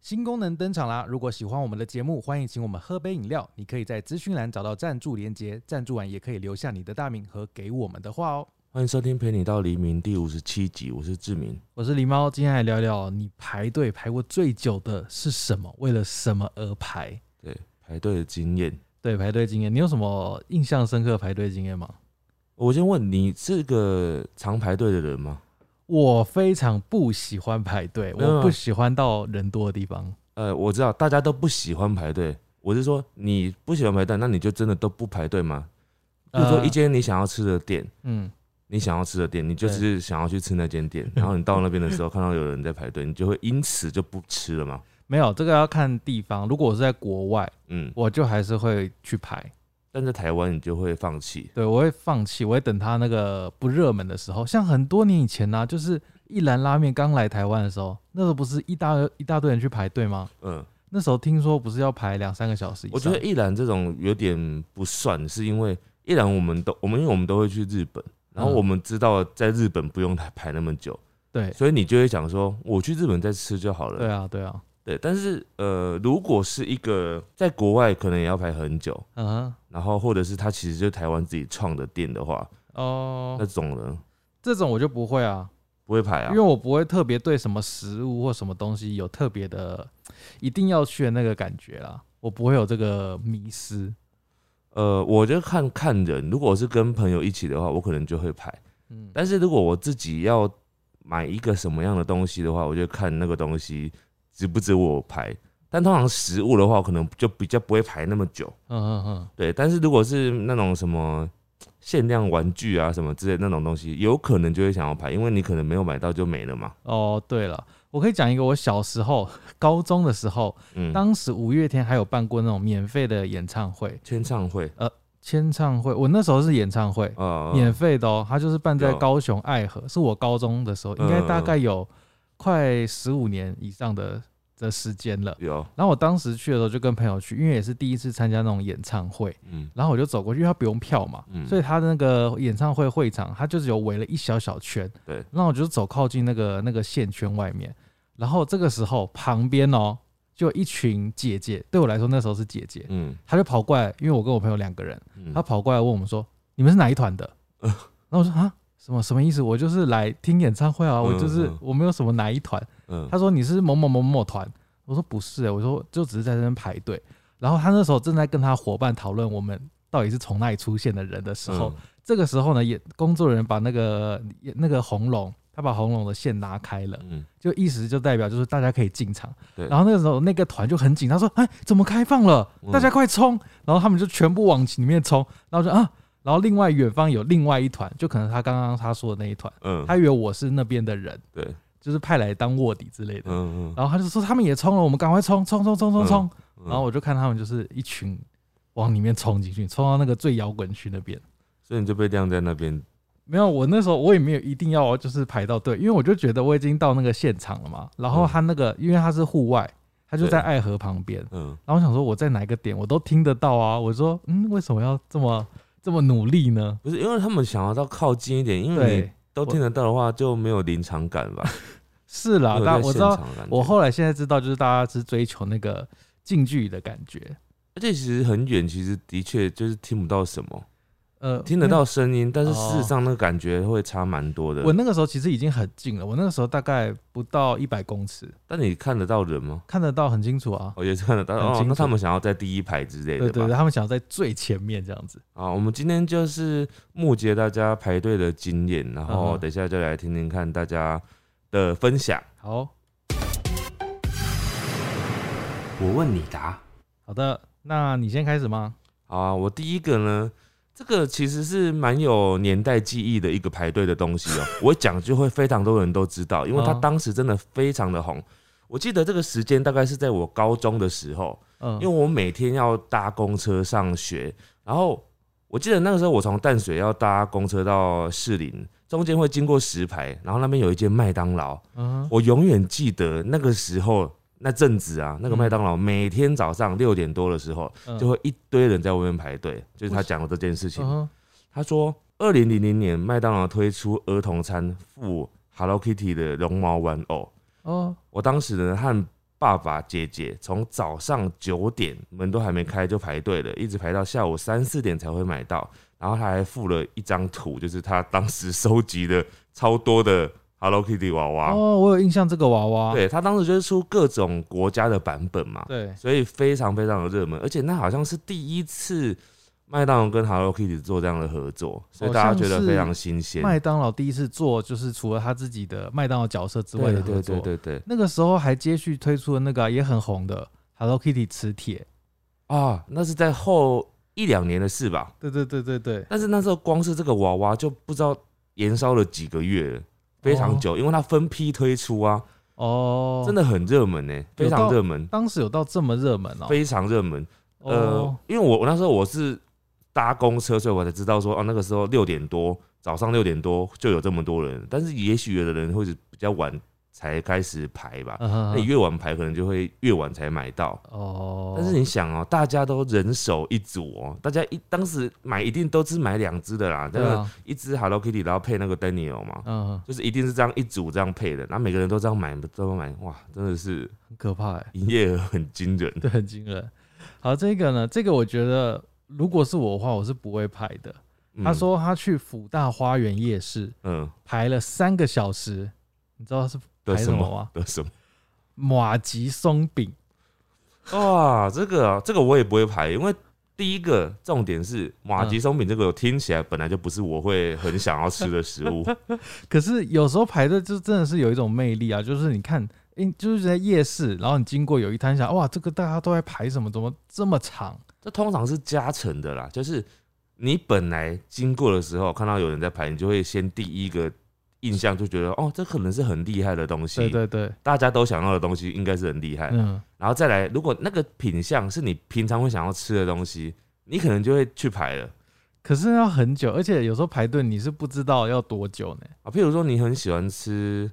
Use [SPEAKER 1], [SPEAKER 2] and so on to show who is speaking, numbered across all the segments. [SPEAKER 1] 新功能登场啦！如果喜欢我们的节目，欢迎请我们喝杯饮料。你可以在资讯栏找到赞助连结，赞助完也可以留下你的大名和给我们的话哦。
[SPEAKER 2] 欢迎收听《陪你到黎明》第五十七集，我是志明。
[SPEAKER 1] 我是狸猫，今天来聊聊你排队排过最久的是什么？为了什么而排？
[SPEAKER 2] 对，排队的经验，
[SPEAKER 1] 对，排队经验，你有什么印象深刻的排队经验吗？
[SPEAKER 2] 我先问你，是个常排队的人吗？
[SPEAKER 1] 我非常不喜欢排队，
[SPEAKER 2] 没有
[SPEAKER 1] 我不喜欢到人多的地方。
[SPEAKER 2] 呃，我知道大家都不喜欢排队，我是说你不喜欢排队，那你就真的都不排队吗？比如说
[SPEAKER 1] 呃
[SPEAKER 2] 一间你想要吃的店，
[SPEAKER 1] 嗯，
[SPEAKER 2] 你想要吃的店，你就是想要去吃那间店，然后你到那边的 时候看到有人在排队，你就会因此就不吃了嘛。
[SPEAKER 1] 没有这个要看地方。如果我是在国外，
[SPEAKER 2] 嗯，
[SPEAKER 1] 我就还是会去排。
[SPEAKER 2] 但在台湾你就会放弃。
[SPEAKER 1] 对，我会放弃，我会等它那个不热门的时候。像很多年以前呢、就是一兰拉面刚来台湾的时候，那时候不是一大一大堆人去排队吗？
[SPEAKER 2] 嗯，
[SPEAKER 1] 那时候听说不是要排两三个小时以上？
[SPEAKER 2] 我觉得一兰这种有点不算，是因为一兰我们都我们因为我们都会去日本，然后
[SPEAKER 1] 嗯
[SPEAKER 2] 我们知道在日本不用排那么久，
[SPEAKER 1] 对，
[SPEAKER 2] 所以你就会想说我去日本再吃就好了。
[SPEAKER 1] 对啊，对啊，
[SPEAKER 2] 对，但是呃，如果是一个在国外可能也要排很久，
[SPEAKER 1] 嗯哼，
[SPEAKER 2] 然后或者是他其实就台湾自己创的店的话，那
[SPEAKER 1] 哦，
[SPEAKER 2] 种人
[SPEAKER 1] 这种我就不会啊，
[SPEAKER 2] 不会排啊
[SPEAKER 1] 因为。我不会特别对什么食物或什么东西有特别的一定要去的那个感觉啦，我不会有这个迷失。
[SPEAKER 2] 呃，我就看看人，如果是跟朋友一起的话，我可能就会排。
[SPEAKER 1] 嗯，
[SPEAKER 2] 但是如果我自己要买一个什么样的东西的话，我就看那个东西值不值我排。但通常食物的话，我可能就比较不会排那么久。
[SPEAKER 1] 嗯嗯嗯，
[SPEAKER 2] 对，但是如果是那种什么限量玩具啊什么之类的那种东西，有可能就会想要排，因为你可能没有买到就没了嘛。
[SPEAKER 1] 哦，对了，我可以讲一个我小时候高中的时候，
[SPEAKER 2] 嗯，
[SPEAKER 1] 当时五月天还有办过那种免费的演唱会、
[SPEAKER 2] 签唱会，
[SPEAKER 1] 签唱会，我那时候是演唱会，
[SPEAKER 2] 呃，
[SPEAKER 1] 免费的哦，他就是办在
[SPEAKER 2] 有嗯
[SPEAKER 1] 高雄爱河，是我高中的时候，应该大概有快十五年以上的的时间了。
[SPEAKER 2] 有，
[SPEAKER 1] 然后我当时去的时候就跟朋友去，因为也是第一次参加那种演唱会，
[SPEAKER 2] 嗯
[SPEAKER 1] 然后我就走过去，因为他不用票嘛，
[SPEAKER 2] 嗯
[SPEAKER 1] 所以他的那个演唱会会场，他就是有围了一小小圈，
[SPEAKER 2] 对
[SPEAKER 1] 然后我就走靠近那个那个线圈外面，然后这个时候旁边哦，就有一群姐姐，对我来说那时候是姐姐，
[SPEAKER 2] 嗯，
[SPEAKER 1] 她就跑过来，因为我跟我朋友两个人，
[SPEAKER 2] 嗯
[SPEAKER 1] 他跑过来问我们说：“你们是哪一团的？”然后我说：“啊，什么什么意思？我就是来听演唱会啊，我就是、
[SPEAKER 2] 嗯嗯
[SPEAKER 1] 我没有什么哪一团。”
[SPEAKER 2] 嗯，
[SPEAKER 1] 他说：“你是某某某某团。”我说：“不是、欸，我说就只是在这边排队。”然后他那时候正在跟他伙伴讨论我们到底是从哪里出现的人的时候，
[SPEAKER 2] 嗯
[SPEAKER 1] 这个时候呢，也工作人员把那个也那个红龙，他把红龙的线拿开了，
[SPEAKER 2] 嗯，
[SPEAKER 1] 就意思就代表就是大家可以进场。
[SPEAKER 2] 对
[SPEAKER 1] 然后那个时候那个团就很紧张，说：“哎，怎么开放了？
[SPEAKER 2] 嗯
[SPEAKER 1] 大家快冲！”然后他们就全部往里面冲，然后就啊，然后另外远方有另外一团，就可能他刚刚他说的那一团，
[SPEAKER 2] 嗯，
[SPEAKER 1] 他以为我是那边的人，
[SPEAKER 2] 对，
[SPEAKER 1] 就是派来当卧底之类的。
[SPEAKER 2] 嗯嗯，
[SPEAKER 1] 然后他就说：“他们也冲了，我们赶快冲冲冲冲冲冲！”
[SPEAKER 2] 嗯
[SPEAKER 1] 然后我就看他们就是一群往里面冲进去，冲到那个最摇滚区那边。
[SPEAKER 2] 所以你就被晾在那边，
[SPEAKER 1] 没有，我那时候我也没有一定要就是排到队，因为我就觉得我已经到那个现场了嘛。
[SPEAKER 2] 嗯
[SPEAKER 1] 然后他那个，因为他是户外，他就在
[SPEAKER 2] 对
[SPEAKER 1] 爱河旁边。
[SPEAKER 2] 嗯，
[SPEAKER 1] 然后我想说我在哪一个点我都听得到啊。我说，嗯，为什么要这么 这么努力呢？
[SPEAKER 2] 不是因为他们想要到靠近一点，因为你
[SPEAKER 1] 对，
[SPEAKER 2] 都听得到的话就没有临场感吧？
[SPEAKER 1] 是啦，
[SPEAKER 2] 没
[SPEAKER 1] 啊
[SPEAKER 2] 有
[SPEAKER 1] 但
[SPEAKER 2] 在
[SPEAKER 1] 我知
[SPEAKER 2] 现
[SPEAKER 1] 道，
[SPEAKER 2] 场的感觉
[SPEAKER 1] 我后来现在知道，就是大家是追求那个近距离的感觉，
[SPEAKER 2] 而且其实很远，其实的确就是听不到什么，
[SPEAKER 1] 呃，
[SPEAKER 2] 听得
[SPEAKER 1] 因为
[SPEAKER 2] 到声音，但是
[SPEAKER 1] 哦
[SPEAKER 2] 事实上那个感觉会差蛮多的
[SPEAKER 1] 我。那个时候其实已经很近了，我那个时候大概不到一百公尺，
[SPEAKER 2] 但你看得到人吗？
[SPEAKER 1] 看得到很清楚啊。
[SPEAKER 2] 哦，也是看得到
[SPEAKER 1] 很
[SPEAKER 2] 哦。
[SPEAKER 1] 清
[SPEAKER 2] 那
[SPEAKER 1] 楚
[SPEAKER 2] 他们想要在第一排之类
[SPEAKER 1] 对
[SPEAKER 2] 的
[SPEAKER 1] 对对，
[SPEAKER 2] 吧？
[SPEAKER 1] 他们想要在最前面这样子。
[SPEAKER 2] 啊，我们今天就是募集大家排队的经验，然
[SPEAKER 1] 嗯
[SPEAKER 2] 后
[SPEAKER 1] 哼
[SPEAKER 2] 等一下就来听听看大家的分享。
[SPEAKER 1] 好，
[SPEAKER 2] 我问你答。
[SPEAKER 1] 好的，那你先开始吗？
[SPEAKER 2] 好啊，我第一个呢，这个其实是蛮有年代记忆的一个排队的东西哦、我讲就会非常多人都知道，因为它
[SPEAKER 1] 哦
[SPEAKER 2] 当时真的非常的红。我记得这个时间大概是在我高中的时候，
[SPEAKER 1] 嗯，
[SPEAKER 2] 因为我每天要搭公车上学，然后我记得那个时候我从淡水要搭公车到士林，中间会经过石牌，然后那边有一间麦当劳，
[SPEAKER 1] 嗯哼
[SPEAKER 2] 我永远记得那个时候那阵子啊，那个麦当劳每天早上六点多的时候，
[SPEAKER 1] 嗯
[SPEAKER 2] 就会一堆人在外面排队，就是他讲的这件事情
[SPEAKER 1] 嗯。哼
[SPEAKER 2] 他说，二零零零年麦当劳推出儿童餐附 Hello Kitty 的绒毛玩偶，
[SPEAKER 1] 哦，
[SPEAKER 2] 我当时呢和爸爸、姐姐从早上九点门都还没开就排队了，一直排到下午三四点才会买到。然后他还附了一张图，就是他当时收集的超多的 Hello Kitty 娃娃。
[SPEAKER 1] 哦，我有印象这个娃娃，
[SPEAKER 2] 对他当时就是出各种国家的版本嘛，
[SPEAKER 1] 对
[SPEAKER 2] 所以非常非常的热门，而且那好像是第一次麦当劳跟 Hello Kitty 做这样的合作，所以大家觉得非常新鲜。
[SPEAKER 1] 麦当劳第一次做就是除了他自己的麦当劳角色之外
[SPEAKER 2] 对
[SPEAKER 1] 的合作，
[SPEAKER 2] 对对对对
[SPEAKER 1] 那个时候还接续推出了那个啊、也很红的 Hello Kitty 磁铁，
[SPEAKER 2] 啊，那是在后一两年的事吧？
[SPEAKER 1] 对对对对对，
[SPEAKER 2] 但是那时候光是这个娃娃就不知道延烧了几个月了，非常久，因为它分批推出啊，
[SPEAKER 1] 哦，
[SPEAKER 2] 真的很热门呢、非
[SPEAKER 1] 有
[SPEAKER 2] 常
[SPEAKER 1] 到
[SPEAKER 2] 热门，
[SPEAKER 1] 当时有到这么热门哦，
[SPEAKER 2] 非常热门。呃
[SPEAKER 1] 哦，，
[SPEAKER 2] 因为我我那时候我是搭公车，所以我才知道说，哦，那个时候六点多，早上六点多就有这么多人，但是也许有的人会是比较晚才开始排吧，
[SPEAKER 1] 嗯哼
[SPEAKER 2] 那、
[SPEAKER 1] 哼
[SPEAKER 2] 你越晚排可能就会越晚才买到。
[SPEAKER 1] 哦，
[SPEAKER 2] 但是你想哦，大家都人手一组哦，大家一当时买一定都是买两只的啦，
[SPEAKER 1] 对
[SPEAKER 2] 个
[SPEAKER 1] 啊，
[SPEAKER 2] 一只 Hello Kitty，然后配那个 Daniel 嘛，
[SPEAKER 1] 嗯，
[SPEAKER 2] 就是一定是这样一组这样配的，然后每个人都这样买，都买，哇，真的是
[SPEAKER 1] 很可怕哎，
[SPEAKER 2] 营业额很惊人。
[SPEAKER 1] 对，很惊人。好，这个呢，这个我觉得如果是我的话，我是不会排的。
[SPEAKER 2] 嗯
[SPEAKER 1] 他，说他去福大花园夜市
[SPEAKER 2] 嗯，
[SPEAKER 1] 排了三个小时，你知道是
[SPEAKER 2] 的
[SPEAKER 1] 排
[SPEAKER 2] 什
[SPEAKER 1] 什么啊
[SPEAKER 2] 么
[SPEAKER 1] 吗？
[SPEAKER 2] 的什么？
[SPEAKER 1] 马吉松饼，
[SPEAKER 2] 哇，这个啊这个我也不会排，因为第一个重点是马吉松饼这个，我听起来本来就不是我会很想要吃的食
[SPEAKER 1] 嗯
[SPEAKER 2] 物。
[SPEAKER 1] 可是有时候排队就真的是有一种魅力啊，就是你看，诶、就是在夜市，然后你经过有一摊想，哇，这个大家都在排什么，怎么这么长？
[SPEAKER 2] 这通常是加成的啦，就是你本来经过的时候看到有人在排，你就会先第一个印象就觉得哦，这可能是很厉害的东西，
[SPEAKER 1] 对对对，
[SPEAKER 2] 大家都想要的东西应该是很厉害。
[SPEAKER 1] 嗯，
[SPEAKER 2] 然后再来，如果那个品相是你平常会想要吃的东西，你可能就会去排了。
[SPEAKER 1] 可是要很久，而且有时候排队你是不知道要多久呢。
[SPEAKER 2] 啊，譬如说你很喜欢吃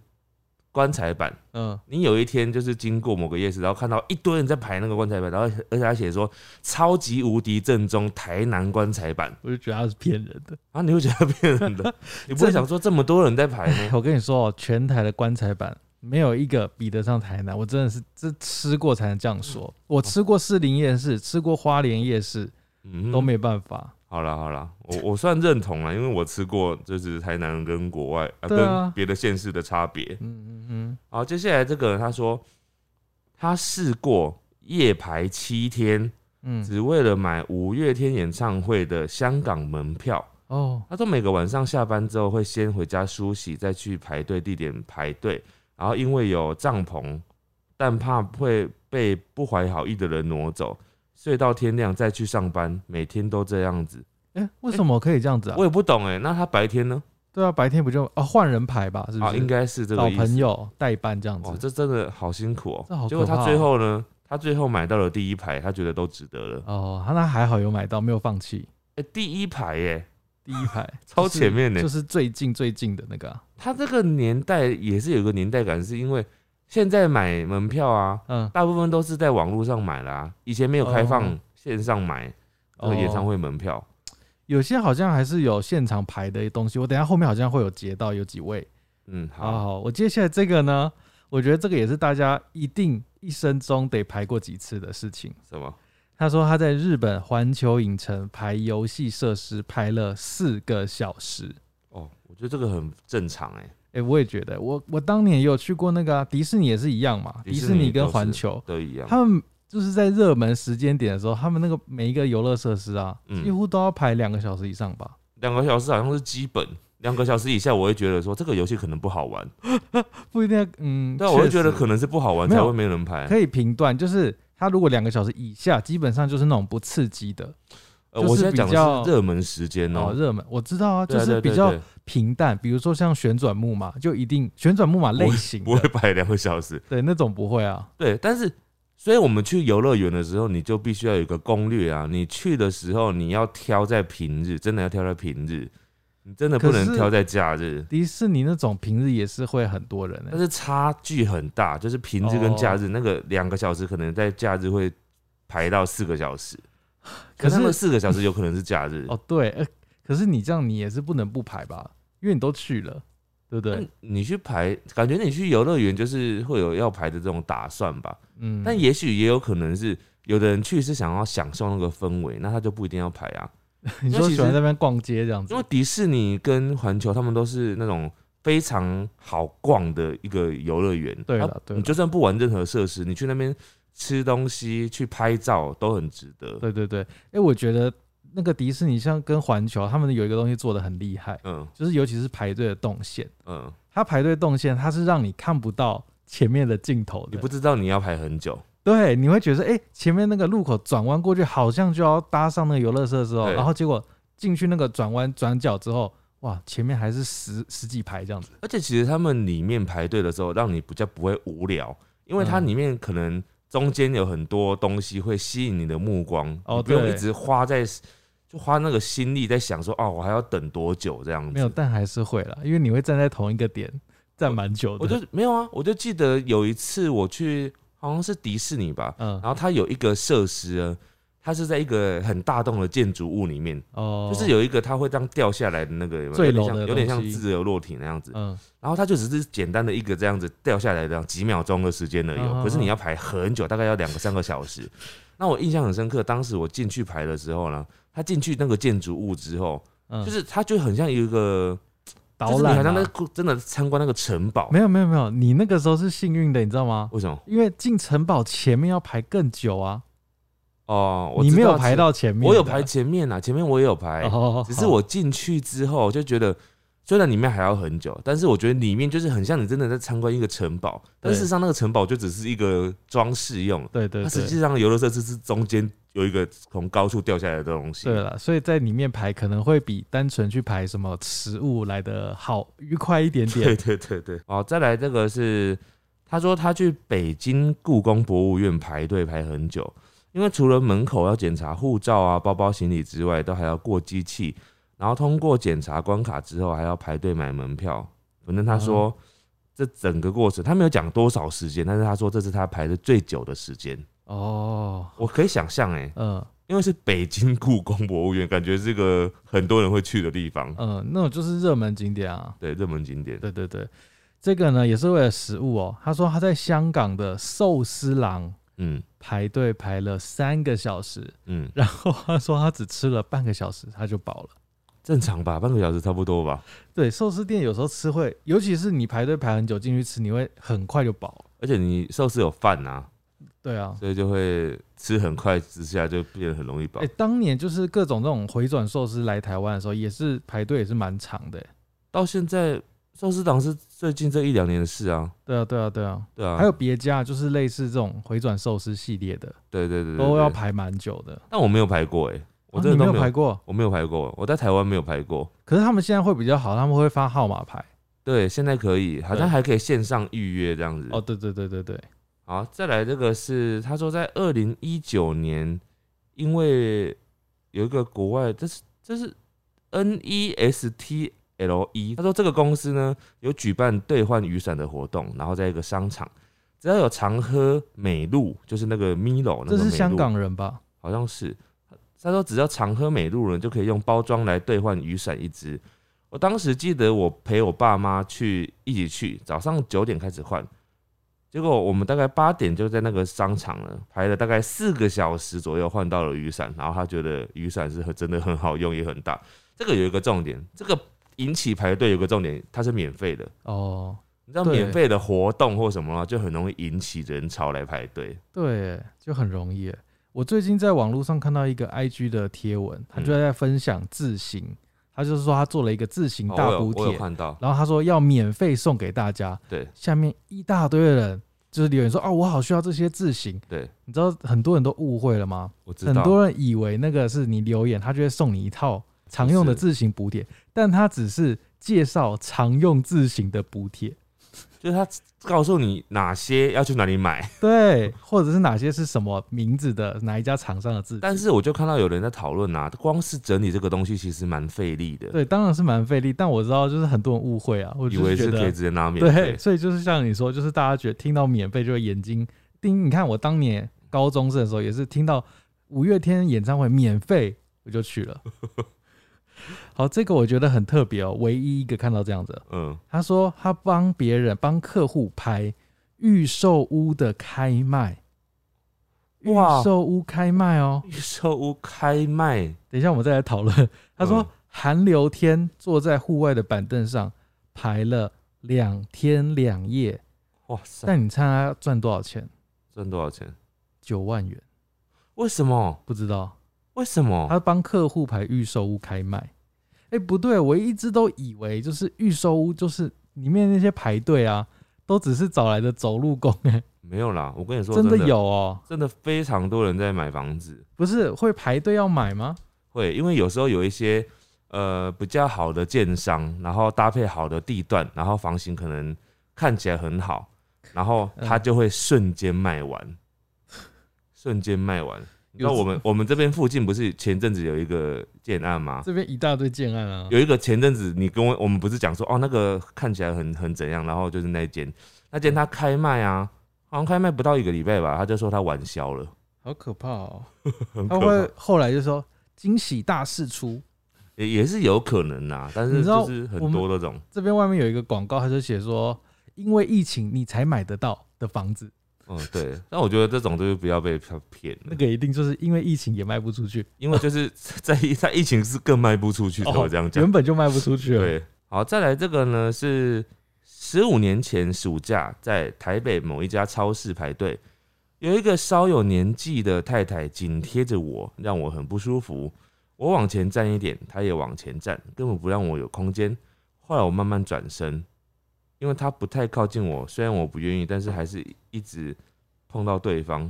[SPEAKER 2] 棺材板，
[SPEAKER 1] 嗯，
[SPEAKER 2] 你有一天就是经过某个夜市，然后看到一堆人在排那个棺材板，然后而且还写说超级无敌正宗台南棺材板，啊
[SPEAKER 1] 我就觉得他是骗人的。
[SPEAKER 2] 然后你会觉得骗人 的，你不会想说这么多人在排呢？
[SPEAKER 1] 我跟你说哦，全台的棺材板没有一个比得上台南，我真的是这吃过才能这样说。我吃过士林夜市，吃过花莲夜市，
[SPEAKER 2] 嗯，
[SPEAKER 1] 都。没办法。
[SPEAKER 2] 好了好了，我我算认同了，因为我吃过就是台南跟国外啊
[SPEAKER 1] 对啊
[SPEAKER 2] 跟别的县市的差别。
[SPEAKER 1] 嗯嗯嗯，
[SPEAKER 2] 好，接下来这个人他说他试过夜排七天，
[SPEAKER 1] 嗯，
[SPEAKER 2] 只为了买五月天演唱会的香港门票。
[SPEAKER 1] 哦，
[SPEAKER 2] 他说每个晚上下班之后会先回家梳洗，再去排队地点排队，然后因为有帐篷，但怕会被不怀好意的人挪走，睡到天亮再去上班，每天都这样子。
[SPEAKER 1] 哎、为什么可以这样子啊
[SPEAKER 2] 我？也不懂哎、那他白天呢？
[SPEAKER 1] 对啊，白天不就啊换人排吧？是不
[SPEAKER 2] 啊，
[SPEAKER 1] 是？
[SPEAKER 2] 应该是这
[SPEAKER 1] 找
[SPEAKER 2] 个意
[SPEAKER 1] 朋
[SPEAKER 2] 思。
[SPEAKER 1] 友代班这样
[SPEAKER 2] 哇，
[SPEAKER 1] 子。
[SPEAKER 2] 这真的好辛苦哦、
[SPEAKER 1] 这好
[SPEAKER 2] 结果
[SPEAKER 1] 可怕
[SPEAKER 2] 他
[SPEAKER 1] 哦
[SPEAKER 2] 最后呢，他最后买到了第一排，他觉得都值得了。
[SPEAKER 1] 哦，他那还好有买到，没有放弃
[SPEAKER 2] 哎、第一排耶、
[SPEAKER 1] 第一排，
[SPEAKER 2] 超
[SPEAKER 1] 就是
[SPEAKER 2] 前面呢、
[SPEAKER 1] 就是最近最近的那个啊、
[SPEAKER 2] 他这个年代也是有个年代感，是因为现在买门票啊，
[SPEAKER 1] 嗯，
[SPEAKER 2] 大部分都是在网络上买啦、以前没有开放
[SPEAKER 1] 哦
[SPEAKER 2] 线上买这个演唱会门票。
[SPEAKER 1] 有些好像还是有现场排的东西，我等一下后面好像会有截到有几位。
[SPEAKER 2] 嗯，
[SPEAKER 1] 好好
[SPEAKER 2] 好，
[SPEAKER 1] 我接下来这个呢，我觉得这个也是大家一定一生中得排过几次的事情。
[SPEAKER 2] 什么？
[SPEAKER 1] 他说他在日本环球影城排游戏设施排了四个小时。
[SPEAKER 2] 哦，我觉得这个很正常哎、
[SPEAKER 1] 哎、我也觉得，我我当年也有去过那个、啊、迪士尼，也是一样嘛。
[SPEAKER 2] 迪
[SPEAKER 1] 迪
[SPEAKER 2] 士
[SPEAKER 1] 士
[SPEAKER 2] 尼
[SPEAKER 1] 尼
[SPEAKER 2] 都
[SPEAKER 1] 跟
[SPEAKER 2] 是
[SPEAKER 1] 环球，
[SPEAKER 2] 都一样。
[SPEAKER 1] 他们就是在热门时间点的时候，他们那个每一个游乐设施啊，
[SPEAKER 2] 嗯
[SPEAKER 1] 几乎都要排两个小时以上吧。
[SPEAKER 2] 两个小时好像是基本，两个小时以下我会觉得说这个游戏可能不好玩，
[SPEAKER 1] 不一定要，嗯，
[SPEAKER 2] 对啊，我会
[SPEAKER 1] 确
[SPEAKER 2] 觉得
[SPEAKER 1] 实
[SPEAKER 2] 可能是不好玩
[SPEAKER 1] 没
[SPEAKER 2] 才
[SPEAKER 1] 有
[SPEAKER 2] 会没人排。
[SPEAKER 1] 可以评断，就是它如果两个小时以下，基本上就是那种不刺激的
[SPEAKER 2] 呃，
[SPEAKER 1] 就是
[SPEAKER 2] 我现在讲
[SPEAKER 1] 比较
[SPEAKER 2] 的是热门时间
[SPEAKER 1] 哦，
[SPEAKER 2] 哦，
[SPEAKER 1] 热门。我知道啊，
[SPEAKER 2] 对
[SPEAKER 1] 就
[SPEAKER 2] 啊
[SPEAKER 1] 是
[SPEAKER 2] 对
[SPEAKER 1] 比
[SPEAKER 2] 对
[SPEAKER 1] 较
[SPEAKER 2] 对
[SPEAKER 1] 平淡，比如说像旋转木马，就一定旋转木马类型
[SPEAKER 2] 不会
[SPEAKER 1] 的，
[SPEAKER 2] 排两个小时。
[SPEAKER 1] 对那种不会啊。
[SPEAKER 2] 对，但是所以我们去游乐园的时候，你就必须要有一个攻略啊。你去的时候，你要挑在平日，真的要挑在平日，你真的不
[SPEAKER 1] 可
[SPEAKER 2] 能
[SPEAKER 1] 是
[SPEAKER 2] 挑在假日。
[SPEAKER 1] 迪士尼那种平日也是会很多人、欸，
[SPEAKER 2] 但是差距很大，就是平日跟假
[SPEAKER 1] 哦
[SPEAKER 2] 日、那个两个小时，可能在假日会排到四个小时，
[SPEAKER 1] 可
[SPEAKER 2] 那个
[SPEAKER 1] 是哦
[SPEAKER 2] 四个小时有 可能是假日。
[SPEAKER 1] 哦对、呃，可是你这样你也是不能不排吧，因为你都去了。对不对？
[SPEAKER 2] 你去排，感觉你去游乐园就是会有要排的这种打算吧？
[SPEAKER 1] 嗯，
[SPEAKER 2] 但也许也有可能是有的人去是想要享受那个氛围，那他就不一定要排啊。
[SPEAKER 1] 你
[SPEAKER 2] 因为
[SPEAKER 1] 说
[SPEAKER 2] 其
[SPEAKER 1] 喜欢
[SPEAKER 2] 实
[SPEAKER 1] 在那边逛街这样子
[SPEAKER 2] 因为，迪士尼跟环球他们都是那种非常好逛的一个游乐园，
[SPEAKER 1] 对
[SPEAKER 2] 它
[SPEAKER 1] 了对
[SPEAKER 2] 你
[SPEAKER 1] 了
[SPEAKER 2] 就算不玩任何设施，你去那边吃东西、去拍照都很值得。
[SPEAKER 1] 对对对，哎、我觉得那个迪士尼像跟环球，他们有一个东西做的很厉害，
[SPEAKER 2] 嗯
[SPEAKER 1] 就是尤其是排队的动线，
[SPEAKER 2] 嗯，
[SPEAKER 1] 它排队动线它是让你看不到前面的镜头
[SPEAKER 2] 你
[SPEAKER 1] 的
[SPEAKER 2] 不，知道你要排很久，
[SPEAKER 1] 对，你会觉得哎、诶前面那个路口转弯过去好像就要搭上那个游乐设施哦，
[SPEAKER 2] 对
[SPEAKER 1] 然后结果进去那个转弯转角之后，哇，前面还是十十几排这样子，
[SPEAKER 2] 而且其实他们里面排队的时候，让你比较不会无聊，因为它
[SPEAKER 1] 嗯
[SPEAKER 2] 里面可能中间有很多东西会吸引你的目光，
[SPEAKER 1] 哦
[SPEAKER 2] 你不用
[SPEAKER 1] 对
[SPEAKER 2] 一直花在就花那个心力在想说哦，我还要等多久这样子。
[SPEAKER 1] 没有，但还是会啦，因为你会站在同一个点站蛮久
[SPEAKER 2] 我
[SPEAKER 1] 的，
[SPEAKER 2] 就没有啊，我就记得有一次我去，好像是迪士尼吧，
[SPEAKER 1] 嗯
[SPEAKER 2] 然后它有一个设施啊，它是在一个很大栋的建筑物里面，
[SPEAKER 1] 哦，
[SPEAKER 2] 就是有一个它会这样掉下来的那个，有没有
[SPEAKER 1] 坠
[SPEAKER 2] 有点
[SPEAKER 1] 楼
[SPEAKER 2] 像
[SPEAKER 1] 的
[SPEAKER 2] 有点像
[SPEAKER 1] 东西
[SPEAKER 2] 自由落体那样子。
[SPEAKER 1] 嗯
[SPEAKER 2] 然后它就只是简单的一个这样子掉下来的几秒钟的时间而已哦，
[SPEAKER 1] 嗯嗯
[SPEAKER 2] 可是你
[SPEAKER 1] 嗯
[SPEAKER 2] 要排很久，大概要两个三个 小时。那我印象很深刻，当时我进去排的时候呢，他进去那个建筑物之后，
[SPEAKER 1] 嗯，
[SPEAKER 2] 就是它就很像一个，
[SPEAKER 1] 导
[SPEAKER 2] 就是你
[SPEAKER 1] 览
[SPEAKER 2] 好像
[SPEAKER 1] 啊
[SPEAKER 2] 在真的参观那个城堡
[SPEAKER 1] 没。有没有没有，你那个时候是幸运的，你知道吗？
[SPEAKER 2] 为什么？
[SPEAKER 1] 因为进城堡前面要排更久啊，
[SPEAKER 2] 哦，我
[SPEAKER 1] 你
[SPEAKER 2] 知
[SPEAKER 1] 没有
[SPEAKER 2] 道
[SPEAKER 1] 排
[SPEAKER 2] 前，
[SPEAKER 1] 到前面，
[SPEAKER 2] 我有排，前面啊，前面我也有排，
[SPEAKER 1] 哦，
[SPEAKER 2] 只是
[SPEAKER 1] 好
[SPEAKER 2] 我进去之后就觉得，虽然里面还要很久，但是我觉得里面就是很像你真的在参观一个城堡，但
[SPEAKER 1] 对
[SPEAKER 2] 事实上那个城堡就只是一个装饰用，
[SPEAKER 1] 对对
[SPEAKER 2] 它实
[SPEAKER 1] 对。
[SPEAKER 2] 际上游乐设施是中间有一个从高处掉下来的东西。
[SPEAKER 1] 对了，所以在里面排可能会比单纯去排什么食物来的好愉快一点
[SPEAKER 2] 对
[SPEAKER 1] 点。
[SPEAKER 2] 对对对，哦，再来这个是，他说他去北京故宫博物院排队排很久，因为除了门口要检查护照啊、包包、行李之外，都还要过机器，然后通过检查关卡之后，还要排队买门票。反正他说、这整个过程，他没有讲多少时间，但是他说这是他排的最久的时间。
[SPEAKER 1] 哦，
[SPEAKER 2] 我可以想象，哎，
[SPEAKER 1] 嗯
[SPEAKER 2] 因为是北京故宫博物院，感觉是个很多人会去的地方，
[SPEAKER 1] 嗯，那种就是热门景点啊。
[SPEAKER 2] 对，热门景点。
[SPEAKER 1] 对对对，这个呢也是为了食物哦。他说他在香港的寿司郎
[SPEAKER 2] 嗯
[SPEAKER 1] 排队排了三个小时，
[SPEAKER 2] 嗯，
[SPEAKER 1] 然后他说他只吃了半个小时他就饱了。
[SPEAKER 2] 正常吧，半个小时差不多吧。
[SPEAKER 1] 对，寿司店有时候吃会，尤其是你排队排很久进去吃，你会很快就饱。
[SPEAKER 2] 而且你寿司有饭呐、
[SPEAKER 1] 对啊，
[SPEAKER 2] 所以就会吃很快之下就变得很容易饱。
[SPEAKER 1] 哎、当年就是各种这种回转寿司来台湾的时候，也是排队也是蛮长的、
[SPEAKER 2] 到现在寿司档是最近这一两年的事啊，
[SPEAKER 1] 对啊，对啊，对啊，
[SPEAKER 2] 对啊，
[SPEAKER 1] 还有别家就是类似这种回转寿司系列的，
[SPEAKER 2] 对对对对
[SPEAKER 1] 都要
[SPEAKER 2] 对
[SPEAKER 1] 排蛮久的。
[SPEAKER 2] 但我没有排过哎、我
[SPEAKER 1] 啊
[SPEAKER 2] 真的
[SPEAKER 1] 你
[SPEAKER 2] 都
[SPEAKER 1] 没有
[SPEAKER 2] 没有，
[SPEAKER 1] 排过，
[SPEAKER 2] 我没有排过，我在台湾没有排过。
[SPEAKER 1] 可是他们现在会比较好，他们会发号码牌。
[SPEAKER 2] 对，现在可以，好像还可以线上预约这样子。
[SPEAKER 1] 哦，对对对对对，
[SPEAKER 2] 好，再来这个是他说在二零一九年，因为有一个国外，这是这是 N E S T L E，他说这个公司呢有举办兑换雨伞的活动，然后在一个商场，只要有常喝美露，就是那个 Milo，那
[SPEAKER 1] 这
[SPEAKER 2] 个
[SPEAKER 1] 是
[SPEAKER 2] 美
[SPEAKER 1] 香
[SPEAKER 2] 露
[SPEAKER 1] 港人吧？
[SPEAKER 2] 好像是。他说只要常喝美露人就可以用包装来兑换雨伞一支。我当时记得我陪我爸妈去一起去，早上九点开始换，结果我们大概八点就在那个商场了，排了大概四个小时左右换到了雨伞。然后他觉得雨伞是很真的很好用，也很大。这个有一个重点，这个引起排队有个重点，它是免费的。
[SPEAKER 1] 哦，
[SPEAKER 2] 你知道
[SPEAKER 1] 对
[SPEAKER 2] 免费的活动或什么啊，就很容易引起人潮来排队。
[SPEAKER 1] 对，就很容易耶。我最近在网络上看到一个 IG 的贴文，他就
[SPEAKER 2] 嗯
[SPEAKER 1] 在分享自行，他就是说他做了一个自行
[SPEAKER 2] 哦
[SPEAKER 1] 大
[SPEAKER 2] 我有
[SPEAKER 1] 补
[SPEAKER 2] 我有
[SPEAKER 1] 贴，
[SPEAKER 2] 看到，
[SPEAKER 1] 然后他说要免费送给大家，
[SPEAKER 2] 对
[SPEAKER 1] 下面一大堆的人就是留言说啊，我好需要这些自行，
[SPEAKER 2] 对，
[SPEAKER 1] 你知道很多人都误会了吗？
[SPEAKER 2] 我知道。
[SPEAKER 1] 很多人以为那个是你留言，他就会送你一套常用的
[SPEAKER 2] 不
[SPEAKER 1] 自行补贴，但他只是介绍常用自行的补贴。
[SPEAKER 2] 就是他告诉你哪些要去哪里买，
[SPEAKER 1] 对，或者是哪些是什么名字的哪一家厂商的字体？
[SPEAKER 2] 但是我就看到有人在讨论啊，光是整理这个东西其实蛮费力的，
[SPEAKER 1] 对，当然是蛮费力，但我知道就是很多人误会啊，我
[SPEAKER 2] 以
[SPEAKER 1] 就
[SPEAKER 2] 为
[SPEAKER 1] 觉
[SPEAKER 2] 是可以
[SPEAKER 1] 得
[SPEAKER 2] 直接拿免
[SPEAKER 1] 对，
[SPEAKER 2] 费，
[SPEAKER 1] 所以就是像你说，就是大家觉得听到免费就会眼睛盯。你看我当年高中生的时 候也是听到五月天演唱会免费我就去了。好，这个我觉得很特别哦，唯一一个看到这样子的。
[SPEAKER 2] 嗯，
[SPEAKER 1] 他说他帮别人帮客户拍预售屋的开卖，预
[SPEAKER 2] 哇，
[SPEAKER 1] 售屋开卖哦。
[SPEAKER 2] 预售屋开卖，
[SPEAKER 1] 等一下我们再来讨论。他说
[SPEAKER 2] 嗯
[SPEAKER 1] 韩流天坐在户外的板凳上排了两天两夜，
[SPEAKER 2] 哇塞，
[SPEAKER 1] 但你猜他赚多少钱？
[SPEAKER 2] 赚多少钱？
[SPEAKER 1] 九万元，
[SPEAKER 2] 为什么？
[SPEAKER 1] 不知道。
[SPEAKER 2] 为什么？
[SPEAKER 1] 他帮客户排预售屋开卖。哎、不对，我一直都以为就是预售屋，就是里面那些排队啊，都只是找来的走路工、哎，
[SPEAKER 2] 没有啦，我跟你说，
[SPEAKER 1] 真
[SPEAKER 2] 真
[SPEAKER 1] 的，有哦、
[SPEAKER 2] 真的非常多人在买房子，
[SPEAKER 1] 不是会排队要买吗？
[SPEAKER 2] 会，因为有时候有一些呃比较好的建商，然后搭配好的地段，然后房型可能看起来很好，然后它
[SPEAKER 1] 嗯
[SPEAKER 2] 就会瞬间卖完，瞬间卖完。你知道
[SPEAKER 1] 有
[SPEAKER 2] 我们我们这边附近不是前阵子有一个建案吗？
[SPEAKER 1] 这边一大堆建案啊，
[SPEAKER 2] 有一个前阵子你跟我我们不是讲说哦那个看起来很很怎样，然后就是那一间那间它开卖啊，好像开卖不到一个礼拜吧，他就说他完销了，
[SPEAKER 1] 好可怕哦、
[SPEAKER 2] 很
[SPEAKER 1] 他
[SPEAKER 2] 可
[SPEAKER 1] 会
[SPEAKER 2] 怕，
[SPEAKER 1] 后来就说惊喜大事出，
[SPEAKER 2] 也也是有可能呐、但
[SPEAKER 1] 你
[SPEAKER 2] 是
[SPEAKER 1] 知道
[SPEAKER 2] 就是很
[SPEAKER 1] 我们
[SPEAKER 2] 多那种，
[SPEAKER 1] 这边外面有一个广告，他就写说因为疫情你才买得到的房子，
[SPEAKER 2] 嗯，对。但我觉得这种就是不要被骗骗
[SPEAKER 1] 那
[SPEAKER 2] 了，
[SPEAKER 1] 个一定就是因为疫情也卖不出 去，
[SPEAKER 2] 因为就是在在疫情是更卖不出去，才会这样讲。
[SPEAKER 1] 原本就卖不出去了。
[SPEAKER 2] 对，好，再来这个呢是十五年前暑假在台北某一家超市排队，有一个稍有年纪的太太紧贴着我，让我很不舒服。我往前站一点，她也往前站，根本不让我有空间。后来我慢慢转身，因为她不太靠近我，虽然我不愿意，但是还是一直碰到对方。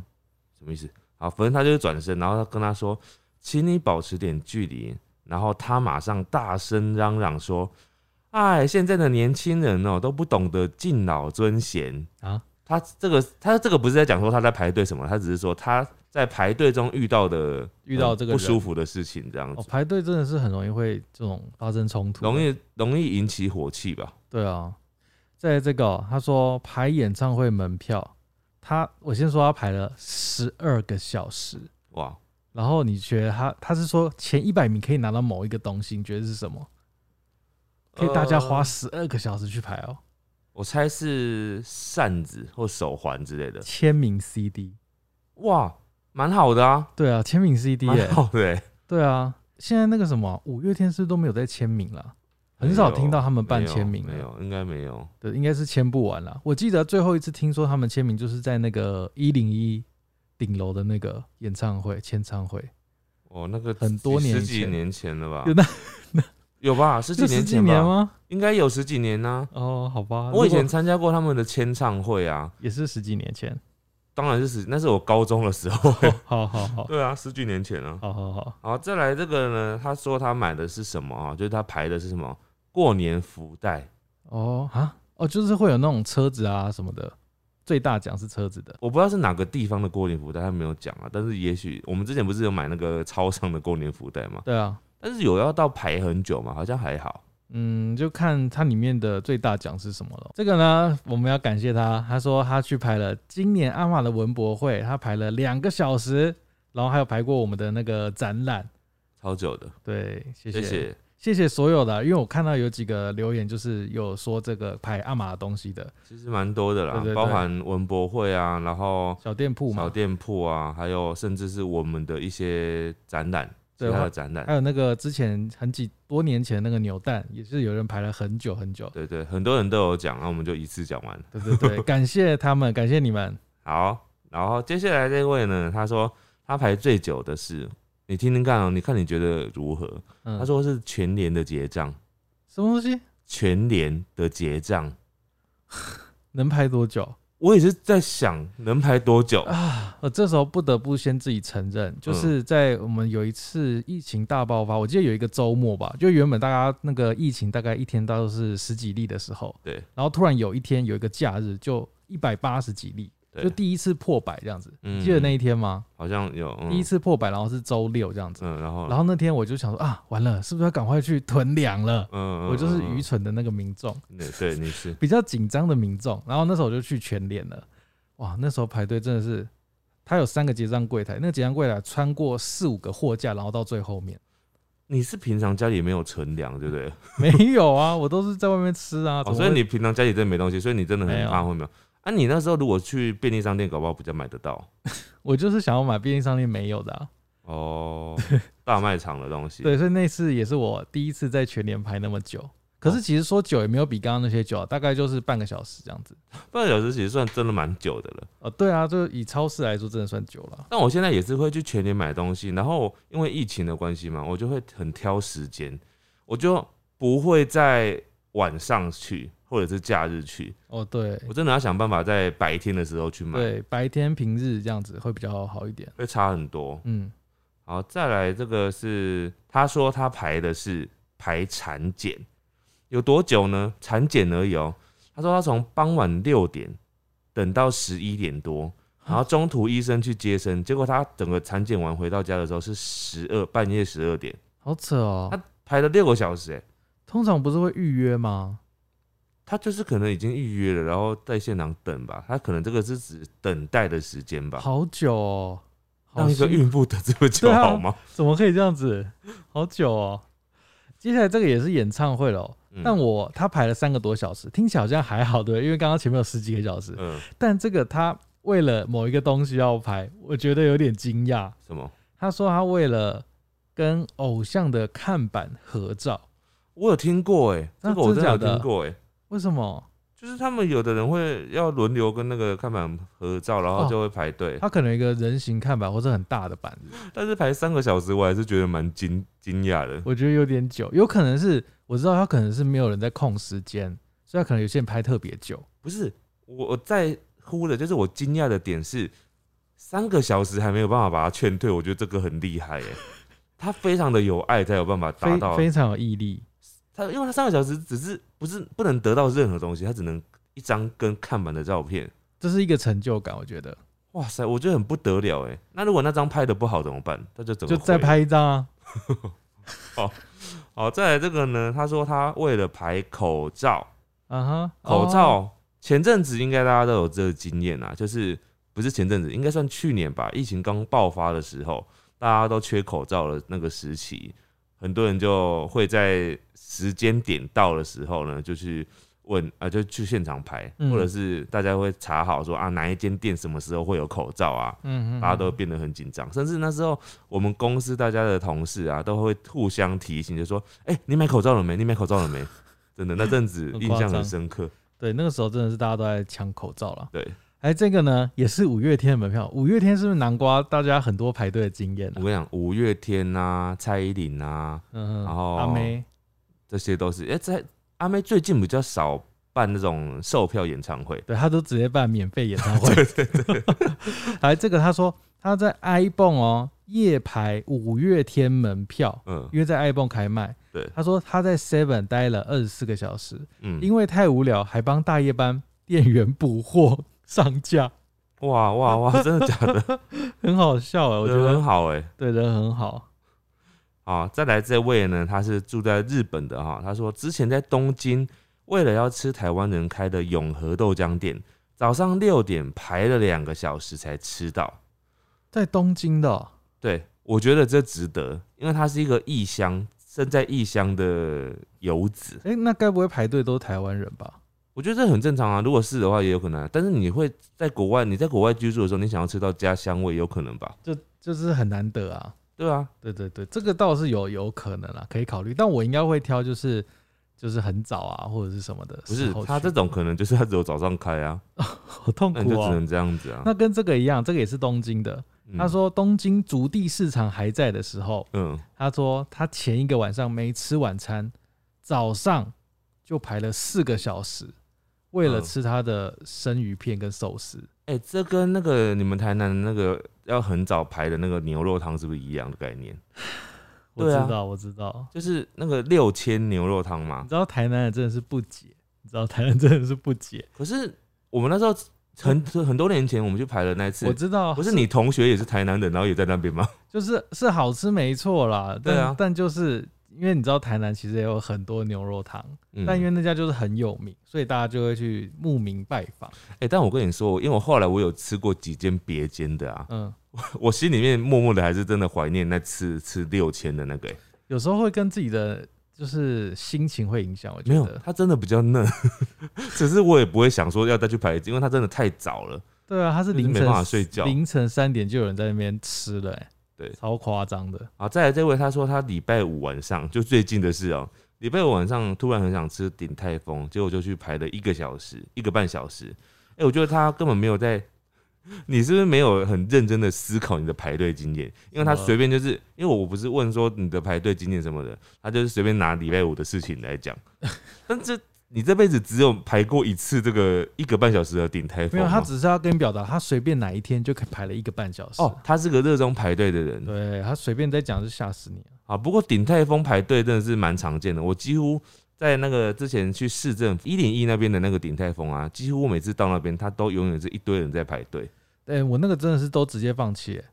[SPEAKER 2] 什么意思？好，反正她就是转身，然后她跟她说：“请你保持点距离，然后他马上大声嚷嚷说：“哎，现在的年轻人哦，都不懂得敬老尊贤
[SPEAKER 1] 啊！”
[SPEAKER 2] 他这个他这个不是在讲说他在排队什么，他只是说他在排队中遇到的
[SPEAKER 1] 遇到这个
[SPEAKER 2] 嗯不
[SPEAKER 1] 人
[SPEAKER 2] 舒服的事情，这样
[SPEAKER 1] 哦，
[SPEAKER 2] 子
[SPEAKER 1] 排队真的是很容易会这种发生冲突，
[SPEAKER 2] 容易容易引起火气吧？
[SPEAKER 1] 对啊，在这个哦、他说排演唱会门票，他我先说他排了十二个小时，
[SPEAKER 2] 哇，
[SPEAKER 1] 然后你觉得他他是说前一百名可以拿到某一个东西，你觉得是什么？可以大家花
[SPEAKER 2] 呃
[SPEAKER 1] 十二个小时去排哦，
[SPEAKER 2] 我猜是扇子或手环之类的，
[SPEAKER 1] 签名 CD，
[SPEAKER 2] 哇，蛮好的啊，
[SPEAKER 1] 对啊，签名 CD 耶、
[SPEAKER 2] 蛮好的欸、
[SPEAKER 1] 对啊，现在那个什么五月天是不是都没有在签名了，很少听到他们办
[SPEAKER 2] 没有
[SPEAKER 1] 签名
[SPEAKER 2] 没
[SPEAKER 1] 了，
[SPEAKER 2] 有，应该没有。
[SPEAKER 1] 对，应该是签不完了。我记得最后一次听说他们签名就是在那个一零一顶楼的那个演唱会签唱会，
[SPEAKER 2] 哦，那个
[SPEAKER 1] 很多
[SPEAKER 2] 几
[SPEAKER 1] 年
[SPEAKER 2] 十几
[SPEAKER 1] 前
[SPEAKER 2] 年前了吧？
[SPEAKER 1] 有那
[SPEAKER 2] 有吧？十几
[SPEAKER 1] 是十
[SPEAKER 2] 年
[SPEAKER 1] 几
[SPEAKER 2] 前
[SPEAKER 1] 年
[SPEAKER 2] 吧？
[SPEAKER 1] 吗？
[SPEAKER 2] 应该有十几年呢、
[SPEAKER 1] 哦，好吧，
[SPEAKER 2] 我以前
[SPEAKER 1] 如果
[SPEAKER 2] 参加过他们的签唱会啊，
[SPEAKER 1] 也是十几年前，
[SPEAKER 2] 当然是十，那是我高中的时候。
[SPEAKER 1] 好好好，
[SPEAKER 2] 对啊，十几年前啊。
[SPEAKER 1] 好好好，
[SPEAKER 2] 好，再来这个呢？他说他买的是什么啊？就是他排的是什么过年福袋。
[SPEAKER 1] 哦啊，哦，就是会有那种车子啊什么的，最大奖是车子的，
[SPEAKER 2] 我不知道是哪个地方的过年福袋，他没有讲啊。但是也许我们之前不是有买那个超商的过年福袋吗？
[SPEAKER 1] 对啊，
[SPEAKER 2] 但是有要到排很久吗？好像还好。
[SPEAKER 1] 嗯，就看它里面的最大奖是什么了。这个呢，我们要感谢他，他说他去排了今年阿玛的文博会，他排了两个小时，然后还有排过我们的那个展览。
[SPEAKER 2] 超久的，
[SPEAKER 1] 对，谢
[SPEAKER 2] 谢
[SPEAKER 1] 谢
[SPEAKER 2] 谢。
[SPEAKER 1] 谢谢所有的，因为我看到有几个留言，就是有说这个排阿玛的东西的
[SPEAKER 2] 其实蛮多的啦，
[SPEAKER 1] 对对对
[SPEAKER 2] 包含文博会啊，然后
[SPEAKER 1] 小店铺
[SPEAKER 2] 小
[SPEAKER 1] 嘛，
[SPEAKER 2] 店铺啊，还有甚至是我们的一些展览，其
[SPEAKER 1] 对
[SPEAKER 2] 他
[SPEAKER 1] 我
[SPEAKER 2] 的展览
[SPEAKER 1] 还，有那个之前很几多年前那个扭蛋，也是有人排了很久很久。
[SPEAKER 2] 对对，很多人都有讲，那我们就一次讲完。
[SPEAKER 1] 对对 对，感谢他们，感谢你们。
[SPEAKER 2] 好，然后接下来这位呢，他说他排最久的是，你听听看哦、你看你觉得如何？
[SPEAKER 1] 嗯，
[SPEAKER 2] 他说是全联的结账，
[SPEAKER 1] 什么东西
[SPEAKER 2] 全联的结账，
[SPEAKER 1] 能排多久？
[SPEAKER 2] 我也是在想能排多久？
[SPEAKER 1] 啊，我这时候不得不先自己承认，就是
[SPEAKER 2] 嗯
[SPEAKER 1] 在我们有一次疫情大爆发，我记得有一个周末吧，就原本大家那个疫情大概一天都是十几例的时候，
[SPEAKER 2] 对，
[SPEAKER 1] 然后突然有一天有一个假日就一百八十几例，
[SPEAKER 2] 对
[SPEAKER 1] 就第一次破百这样子，
[SPEAKER 2] 嗯
[SPEAKER 1] 你记得那一天吗？
[SPEAKER 2] 好像有、嗯、
[SPEAKER 1] 第一，次破百，然后是周六这样子，
[SPEAKER 2] 嗯，然后，
[SPEAKER 1] 然
[SPEAKER 2] 后，
[SPEAKER 1] 后那天我就想说啊，完了，是不是要赶快去囤粮了？
[SPEAKER 2] 嗯，
[SPEAKER 1] 我就是
[SPEAKER 2] 嗯
[SPEAKER 1] 愚，蠢的那个民众。
[SPEAKER 2] 嗯对对，你是，
[SPEAKER 1] 比较紧张的民众，然后那时候我就去全联了，哇，那时候排队真的是，他有三个结账柜台，那个结账柜台穿过四五个货架，然后到最后面，
[SPEAKER 2] 你是平常家里没有存粮，对不对？
[SPEAKER 1] 没有啊，我都是在外面吃啊。
[SPEAKER 2] 哦，
[SPEAKER 1] 怎么
[SPEAKER 2] 所以
[SPEAKER 1] 嗯会
[SPEAKER 2] 你平常家里真的没东西，所以你真的
[SPEAKER 1] 没
[SPEAKER 2] 很
[SPEAKER 1] 有
[SPEAKER 2] 怕会没有。啊，你那时候如果去便利商店，搞不好比较买得到
[SPEAKER 1] 我就是想要买便利商店没有的、啊。
[SPEAKER 2] 哦，大卖场的东西。
[SPEAKER 1] 对，所以那次也是我第一次在全联排那么久。可
[SPEAKER 2] 哦
[SPEAKER 1] 是其实说久也没有比刚刚那些久、啊，大概就是半个小时这样子。
[SPEAKER 2] 半个小时其实算真的蛮久的了。
[SPEAKER 1] 哦，对啊，就以超市来说，真的算久了。
[SPEAKER 2] 但我现在也是会去全年买东西，然后因为疫情的关系嘛，我就会很挑时间，我就不会在晚上去或者是假日去，
[SPEAKER 1] 哦，对
[SPEAKER 2] 我真的要想办法在白天的时候去买，
[SPEAKER 1] 对，白天平日这样子会比较好一点。
[SPEAKER 2] 会差很多。
[SPEAKER 1] 嗯，
[SPEAKER 2] 好，再来这个是他说他排的是排产检，有多久呢？产检而已哦。他说他从傍晚六点等到十一点多，然后中途医生去接生，结果他整个产检完回到家的时候是十二半夜十二点，
[SPEAKER 1] 好扯哦。
[SPEAKER 2] 他排了六个小时、欸，
[SPEAKER 1] 通常不是会预约吗？
[SPEAKER 2] 他就是可能已经预约了，然后在现场等吧。他可能这个是指等待的时间吧。
[SPEAKER 1] 好久哦，好
[SPEAKER 2] 让啊一个
[SPEAKER 1] 辛
[SPEAKER 2] 孕妇等这么久
[SPEAKER 1] 对啊
[SPEAKER 2] 好吗？
[SPEAKER 1] 怎么可以这样子？好久哦。接下来这个也是演唱会了哦、
[SPEAKER 2] 嗯
[SPEAKER 1] 但我他排了三个多小时，听起来好像还好，对不对，因为刚刚前面有十几个小时，
[SPEAKER 2] 嗯，
[SPEAKER 1] 但这个他为了某一个东西要排，我觉得有点惊讶。
[SPEAKER 2] 什么？
[SPEAKER 1] 他说他为了跟偶像的看板合照，
[SPEAKER 2] 我有听过哎、
[SPEAKER 1] 那
[SPEAKER 2] 这个我真的有
[SPEAKER 1] 真的假的
[SPEAKER 2] 听过哎、
[SPEAKER 1] 为什么？
[SPEAKER 2] 就是他们有的人会要轮流跟那个看板合照，然后就会排队，
[SPEAKER 1] 哦他可能有一个人形看板或者很大的板子，
[SPEAKER 2] 但是排三个小时，我还是觉得蛮惊惊讶的。
[SPEAKER 1] 我觉得有点久，有可能是我知道他可能是没有人在控时间，所以他可能有些人拍特别久。
[SPEAKER 2] 不是我我在乎的，就是我惊讶的点是，三个小时还没有办法把他劝退，我觉得这个很厉害 耶、他非常的有爱，才有办法达
[SPEAKER 1] 非
[SPEAKER 2] 到
[SPEAKER 1] 非常有毅力，
[SPEAKER 2] 他，因为他三个小时只是不是不能得到任何东西，他只能一张跟看板的照片。
[SPEAKER 1] 这是一个成就感，我觉得。
[SPEAKER 2] 哇塞，我觉得很不得了哎、那如果那张拍的不好怎么办？那就怎么
[SPEAKER 1] 就再
[SPEAKER 2] 回
[SPEAKER 1] 拍一张啊。
[SPEAKER 2] 好，再来这个呢，他说他为了排口罩，
[SPEAKER 1] 啊哈，
[SPEAKER 2] 口
[SPEAKER 1] 哦
[SPEAKER 2] 罩前阵子应该大家都有这个经验啊，就是不是前阵子，应该算去年吧，疫情刚爆发的时候，大家都缺口罩的那个时期，很多人就会在时间点到的时候呢，就去问啊，就去现场排，
[SPEAKER 1] 嗯
[SPEAKER 2] 或者是大家会查好说啊哪一间店什么时候会有口罩啊，
[SPEAKER 1] 嗯嗯，
[SPEAKER 2] 大家都变得很紧张，甚至那时候我们公司大家的同事啊，都会互相提醒，就说：“哎、你买口罩了没？你买口罩了没？”真的，那阵子
[SPEAKER 1] 很
[SPEAKER 2] 印
[SPEAKER 1] 夸
[SPEAKER 2] 象很
[SPEAKER 1] 张
[SPEAKER 2] 深刻。
[SPEAKER 1] 对，那个时候真的是大家都在抢口罩了。
[SPEAKER 2] 对，
[SPEAKER 1] 哎，这个呢也是五月天的门票，五月天是不是南瓜大家很多排队的经验啊
[SPEAKER 2] 我
[SPEAKER 1] 呢、
[SPEAKER 2] 跟你讲，五月天啊，蔡依林啊，
[SPEAKER 1] 嗯嗯，
[SPEAKER 2] 然后
[SPEAKER 1] 阿妹，
[SPEAKER 2] 这些都是。哎、在阿妹最近比较少办那种售票演唱会，
[SPEAKER 1] 对他都直接办免费演 唱会。对对 对。来，这个他说他在 iPhone 哦夜排五月天门票，
[SPEAKER 2] 嗯
[SPEAKER 1] 因为在 iPhone 开卖。
[SPEAKER 2] 对
[SPEAKER 1] 他说他在 Seven 待了二十四个小时，
[SPEAKER 2] 嗯，
[SPEAKER 1] 因为太无聊，还帮大夜班店员补货上架，
[SPEAKER 2] 哇哇哇，真的假的？
[SPEAKER 1] 很好笑哎，我觉
[SPEAKER 2] 人
[SPEAKER 1] 得
[SPEAKER 2] 很好哎、
[SPEAKER 1] 对人很好。
[SPEAKER 2] 啊，再来这位呢，他是住在日本的哈，他说之前在东京，为了要吃台湾人开的永和豆浆店，早上六点排了两个小时才吃到。
[SPEAKER 1] 在东京的哦、
[SPEAKER 2] 对我觉得这值得，因为它是一个异乡，身在异乡的游子，
[SPEAKER 1] 哎、那该不会排队都是台湾人吧？
[SPEAKER 2] 我觉得这很正常啊。如果是的话，也有可能、啊。但是你会在国外，你在国外居住的时候，你想要吃到家乡味，有可能吧？
[SPEAKER 1] 就就是很难得啊。
[SPEAKER 2] 对啊，
[SPEAKER 1] 对对对，这个倒是有有可能啊啦，可以考虑。但我应该会挑就是就是很早啊，或者是什么的
[SPEAKER 2] 不
[SPEAKER 1] 时
[SPEAKER 2] 是
[SPEAKER 1] 候去。
[SPEAKER 2] 他这种可能就是他只有早上开啊，
[SPEAKER 1] 好痛
[SPEAKER 2] 那你
[SPEAKER 1] 苦
[SPEAKER 2] 就只
[SPEAKER 1] 哦。
[SPEAKER 2] 能这样子啊。
[SPEAKER 1] 那跟这个一样，这个也是东京的。
[SPEAKER 2] 嗯
[SPEAKER 1] 他，说东京竹地市场还在的时候，
[SPEAKER 2] 嗯，
[SPEAKER 1] 他说他前一个晚上没吃晚餐，早上就排了四个小时，为了
[SPEAKER 2] 嗯
[SPEAKER 1] 吃他的生鱼片跟寿司。
[SPEAKER 2] 哎、这跟那个你们台南的那个要很早排的那个牛肉汤是不是一样的概念？
[SPEAKER 1] 我
[SPEAKER 2] 对
[SPEAKER 1] 知
[SPEAKER 2] 啊
[SPEAKER 1] 道，我知道。
[SPEAKER 2] 就是那个六千牛肉汤嘛
[SPEAKER 1] 你。知道台南人真的是不解，你知道台南真的是不解。
[SPEAKER 2] 可是我们那时候很很多年前我们去排的那一次
[SPEAKER 1] 我，知道，
[SPEAKER 2] 不是你同学也是台南人，然后也在那边吗？
[SPEAKER 1] 就是是好吃没错啦，但
[SPEAKER 2] 对啊
[SPEAKER 1] 但就是因为你知道台南其实也有很多牛肉汤，
[SPEAKER 2] 嗯，
[SPEAKER 1] 但因为那家就是很有名，所以大家就会去慕名拜访。
[SPEAKER 2] 哎、但我跟你说，因为我后来我有吃过几间别间的啊，
[SPEAKER 1] 嗯，
[SPEAKER 2] 我心里面默默的还是真的怀念那次吃六千的那个、欸
[SPEAKER 1] 有时候会跟自己的就是心情会影响，我觉
[SPEAKER 2] 没有
[SPEAKER 1] 得，。
[SPEAKER 2] 它真的比较嫩， 只是我也不会想说要再去排，因为它真的太早了。
[SPEAKER 1] 对啊，他是
[SPEAKER 2] 就是
[SPEAKER 1] 凌
[SPEAKER 2] 没
[SPEAKER 1] 晨
[SPEAKER 2] 办法睡觉
[SPEAKER 1] 凌晨三点就有人在那边吃了、欸，
[SPEAKER 2] 对
[SPEAKER 1] 超夸张的。
[SPEAKER 2] 好，再来这位，他说他礼拜五晚上就最近的事哦、礼拜五晚上突然很想吃鼎泰丰，结果就去排了一个小时，一个半小时。哎、我觉得他根本没有在，你是不是没有很认真的思考你的排队经验？因为他
[SPEAKER 1] 啊
[SPEAKER 2] 随便就是，因为我不是问说你的排队经验什么的，他就是随便拿礼拜五的事情来 讲。但这你这辈子只有排过一次这个一个半小时的鼎泰
[SPEAKER 1] 没
[SPEAKER 2] 丰
[SPEAKER 1] 有，
[SPEAKER 2] 吗，
[SPEAKER 1] 他只是要跟你表达，他随便哪一天就可以排了一个半小时。
[SPEAKER 2] 哦，，嗯他是个热衷排队的人。
[SPEAKER 1] 对他随便在讲就吓死你了。
[SPEAKER 2] 啊，不过鼎泰丰排队真的是蛮常见的，我几乎在那个之前去市政府一零一那边的那个鼎泰丰啊，几乎我每次到那边，他都永远是一堆人在排队。
[SPEAKER 1] 哎、我那个真的是都直接放弃欸、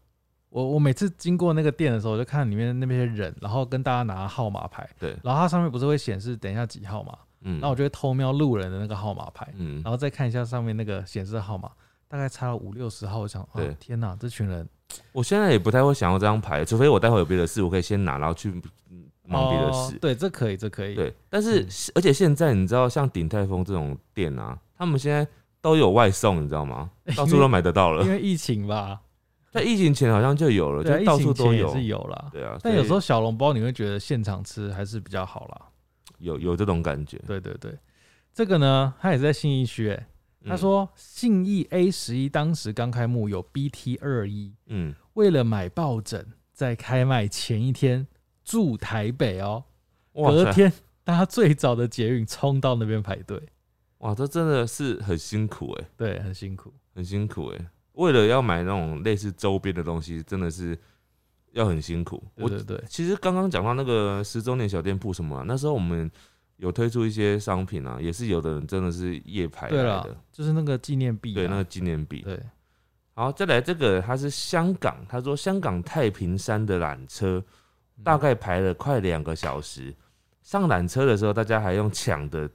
[SPEAKER 1] 我我每次经过那个店的时候，我就看里面那些人，然后跟大家拿号码牌，
[SPEAKER 2] 对
[SPEAKER 1] 然后它上面不是会显示等一下几号嘛？
[SPEAKER 2] 嗯，
[SPEAKER 1] 那我就会偷瞄路人的那个号码牌，
[SPEAKER 2] 嗯
[SPEAKER 1] 然，后再看一下上面那个显示的号码，大概差了五六十号。我想，啊
[SPEAKER 2] 对，
[SPEAKER 1] 天哪，这群人
[SPEAKER 2] 我现在也不太会想要这样排，除非我待会有别的事，我可以先拿，然后去嗯忙别的
[SPEAKER 1] 哦
[SPEAKER 2] 事。
[SPEAKER 1] 对，这嗯可以，这可以。
[SPEAKER 2] 对，但是、而且现在你知道，像鼎泰丰这种店啊，他们现在都有外送，你知道吗？到处都买得到了
[SPEAKER 1] 哎因。为疫情吧，
[SPEAKER 2] 在疫情前好像就有了，
[SPEAKER 1] 对啊，
[SPEAKER 2] 就
[SPEAKER 1] 疫
[SPEAKER 2] 到处
[SPEAKER 1] 情
[SPEAKER 2] 都
[SPEAKER 1] 前也
[SPEAKER 2] 有。
[SPEAKER 1] 是有啦。
[SPEAKER 2] 对啊，
[SPEAKER 1] 但有时
[SPEAKER 2] 所
[SPEAKER 1] 候
[SPEAKER 2] 以
[SPEAKER 1] 小笼包你会觉得现场吃还是比较好啦。
[SPEAKER 2] 有有这种感觉。
[SPEAKER 1] 对对对，这个呢，他也是在信义区、欸，他
[SPEAKER 2] 嗯，
[SPEAKER 1] 说信义 A 十一当时刚开幕有 BT 二一，
[SPEAKER 2] 嗯，
[SPEAKER 1] 为了买抱枕，在开卖前一天住台北哦、
[SPEAKER 2] 哇塞
[SPEAKER 1] 隔天搭最早的捷运冲到那边排队，
[SPEAKER 2] 哇，这真的是很辛苦哎、
[SPEAKER 1] 对，很辛苦。
[SPEAKER 2] 很辛苦哎、为了要买那种类似周边的东西，真的是要很辛苦。
[SPEAKER 1] 对对
[SPEAKER 2] 我
[SPEAKER 1] 对，
[SPEAKER 2] 其实刚刚讲到那个十周年小店铺什么啊、那时候我们有推出一些商品啊，也是有的人真的是夜排来
[SPEAKER 1] 对啦
[SPEAKER 2] 的，
[SPEAKER 1] 就是那个纪念币、啊，
[SPEAKER 2] 对，那个纪念币。
[SPEAKER 1] 对
[SPEAKER 2] 好，再来这个，他是香港，他说香港太平山的缆车
[SPEAKER 1] 嗯
[SPEAKER 2] 大概排了快两个小时，上缆车的时候大家还用抢的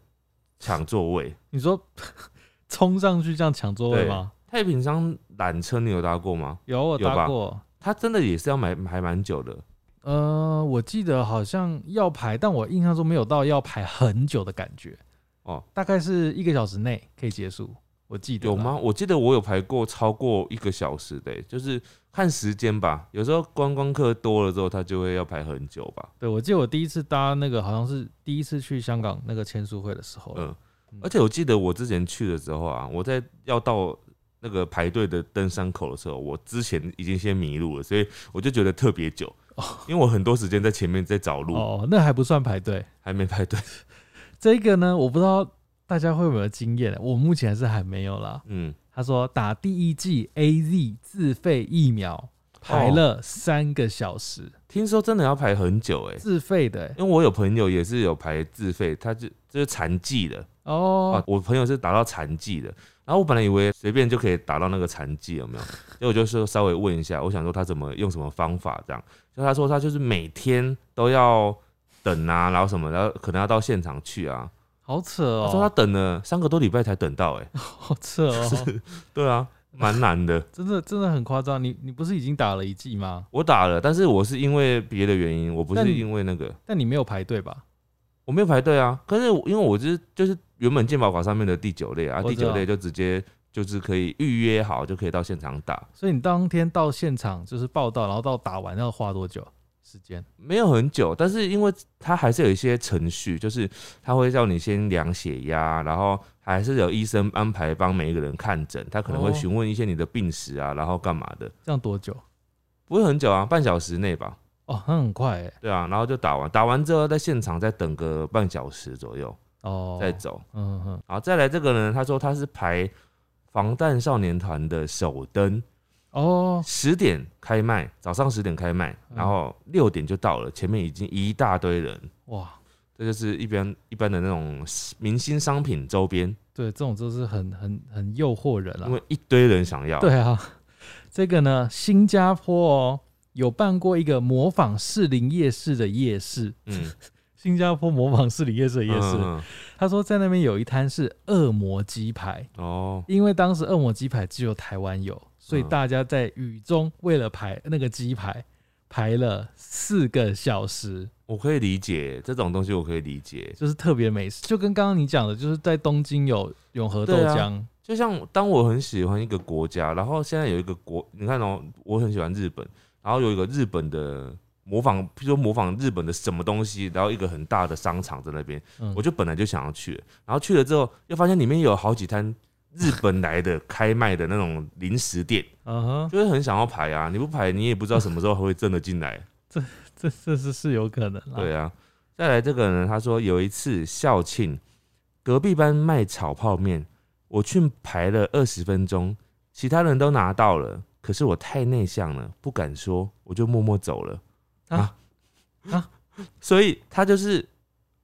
[SPEAKER 2] 抢座位。
[SPEAKER 1] 你说 冲上去这样抢座位
[SPEAKER 2] 对
[SPEAKER 1] 吗？
[SPEAKER 2] 太平山缆车你有搭过吗？
[SPEAKER 1] 有，我
[SPEAKER 2] 有吧
[SPEAKER 1] 搭过。
[SPEAKER 2] 他真的也是要买还蛮久的，
[SPEAKER 1] 呃，我记得好像要排，但我印象中没有到要排很久的感觉。
[SPEAKER 2] 哦，
[SPEAKER 1] 大概是一个小时内可以结束，我记得啦
[SPEAKER 2] 有？吗？我记得我有排过超过一个小时的欸、就是看时间吧。有时候观光客多了之后，他就会要排很久吧。
[SPEAKER 1] 对，我记得我第一次搭那个好像是第一次去香港那个签书会的时候了。
[SPEAKER 2] 嗯，而且我记得我之前去的时候啊，我在要到那个排队的登山口的时候，我之前已经先迷路了，所以我就觉得特别久，因为我很多时间在前面在找路，
[SPEAKER 1] 哦，那还不算排队。
[SPEAKER 2] 还没排队。
[SPEAKER 1] 这个呢，我不知道大家会有没有经验，我目前是还没有啦。
[SPEAKER 2] 嗯，
[SPEAKER 1] 他说打第一剂 A Z 自费疫
[SPEAKER 2] 哦
[SPEAKER 1] 苗排了三个小时，
[SPEAKER 2] 听说真的要排很久哎、
[SPEAKER 1] 自费的欸、
[SPEAKER 2] 因为我有朋友也是有排自费，他就就是残疾的，啊
[SPEAKER 1] 哦，，
[SPEAKER 2] 我朋友是打到残疾的，然后我本来以为随便就可以打到那个残疾，有没有？结果就是稍微问一下，我想说他怎么用什么方法这样，就他说他就是每天都要等啊，然后什么，然后可能要到现场去啊。
[SPEAKER 1] 好扯哦，
[SPEAKER 2] 他说他等了三个多礼拜才等到、欸，哎，
[SPEAKER 1] 好扯哦，
[SPEAKER 2] 对啊，蛮难的。
[SPEAKER 1] 真的真的很夸张。你你不是已经打了一剂吗？
[SPEAKER 2] 我打了，但是我是因为别的原因，我不
[SPEAKER 1] 但
[SPEAKER 2] 是
[SPEAKER 1] 你
[SPEAKER 2] 因为那个，
[SPEAKER 1] 但你没有排队吧？
[SPEAKER 2] 我没有排队啊。可是我因为我就是就是原本健保卡上面的第九类啊，
[SPEAKER 1] 我
[SPEAKER 2] 第
[SPEAKER 1] 知道
[SPEAKER 2] 九类就直接就是可以预约好，就可以到现场打。
[SPEAKER 1] 所以你当天到现场就是报道，然后到打完要花多久时间？
[SPEAKER 2] 没有很久，但是因为它还是有一些程序，就是他会叫你先量血压，然后还是有医生安排帮每一个人看诊，他可能会
[SPEAKER 1] 哦
[SPEAKER 2] 询问一些你的病史啊，然后干嘛的，
[SPEAKER 1] 这样多久？
[SPEAKER 2] 不会很久啊，半小时内吧，
[SPEAKER 1] 哦，那很快哎、
[SPEAKER 2] 对啊，然后就打完，打完之后在现场再等个半小时左右
[SPEAKER 1] 哦，
[SPEAKER 2] 再走，
[SPEAKER 1] 嗯嗯，
[SPEAKER 2] 好，再来这个呢，他说他是排防弹少年团的首登，
[SPEAKER 1] 哦，嗯
[SPEAKER 2] 十点开卖，早上十点开卖，然后六点就到了，前面已经一大堆人。
[SPEAKER 1] 哇，
[SPEAKER 2] 这就是一般一般的那种明星商品周边，
[SPEAKER 1] 对，这种就是很很很诱惑人啊
[SPEAKER 2] 因。为一堆人想要。，
[SPEAKER 1] 对啊，这个呢，新加坡哦有办过一个模仿士林夜市的夜市，
[SPEAKER 2] 嗯，
[SPEAKER 1] 新加坡模仿士林夜市的夜市。
[SPEAKER 2] 嗯
[SPEAKER 1] 他说在那边有一摊是恶魔鸡排，
[SPEAKER 2] 哦，
[SPEAKER 1] 因为当时恶魔鸡排只有台湾有，所以
[SPEAKER 2] 嗯
[SPEAKER 1] 大家在雨中为了排那个鸡排排了四个小时，
[SPEAKER 2] 我可以理解这种东西，我可以理解。
[SPEAKER 1] 就是特别美食，就跟刚刚你讲的，就是在东京有永和豆
[SPEAKER 2] 对啊
[SPEAKER 1] 浆，
[SPEAKER 2] 就像当我很喜欢一个国家，然后现在有一个国，你看哦、我很喜欢日本，然后有一个日本的模仿，譬如说模仿日本的什么东西，然后一个很大的商场在那边，
[SPEAKER 1] 嗯
[SPEAKER 2] 我就本来就想要去，然后去了之后又发现里面有好几摊日本来的开卖的那种零食店，
[SPEAKER 1] 嗯哼，
[SPEAKER 2] 就是很想要排啊，你不排你也不知道什么时候会真的 进来，
[SPEAKER 1] 这这是是有可能啦。
[SPEAKER 2] 对啊。再来这个呢，他说有一次校庆，隔壁班卖炒泡面，我去排了二十分钟，其他人都拿到了，可是我太内向了，不敢说，我就默默走了啊
[SPEAKER 1] 啊
[SPEAKER 2] 啊
[SPEAKER 1] 啊！
[SPEAKER 2] 所以他就是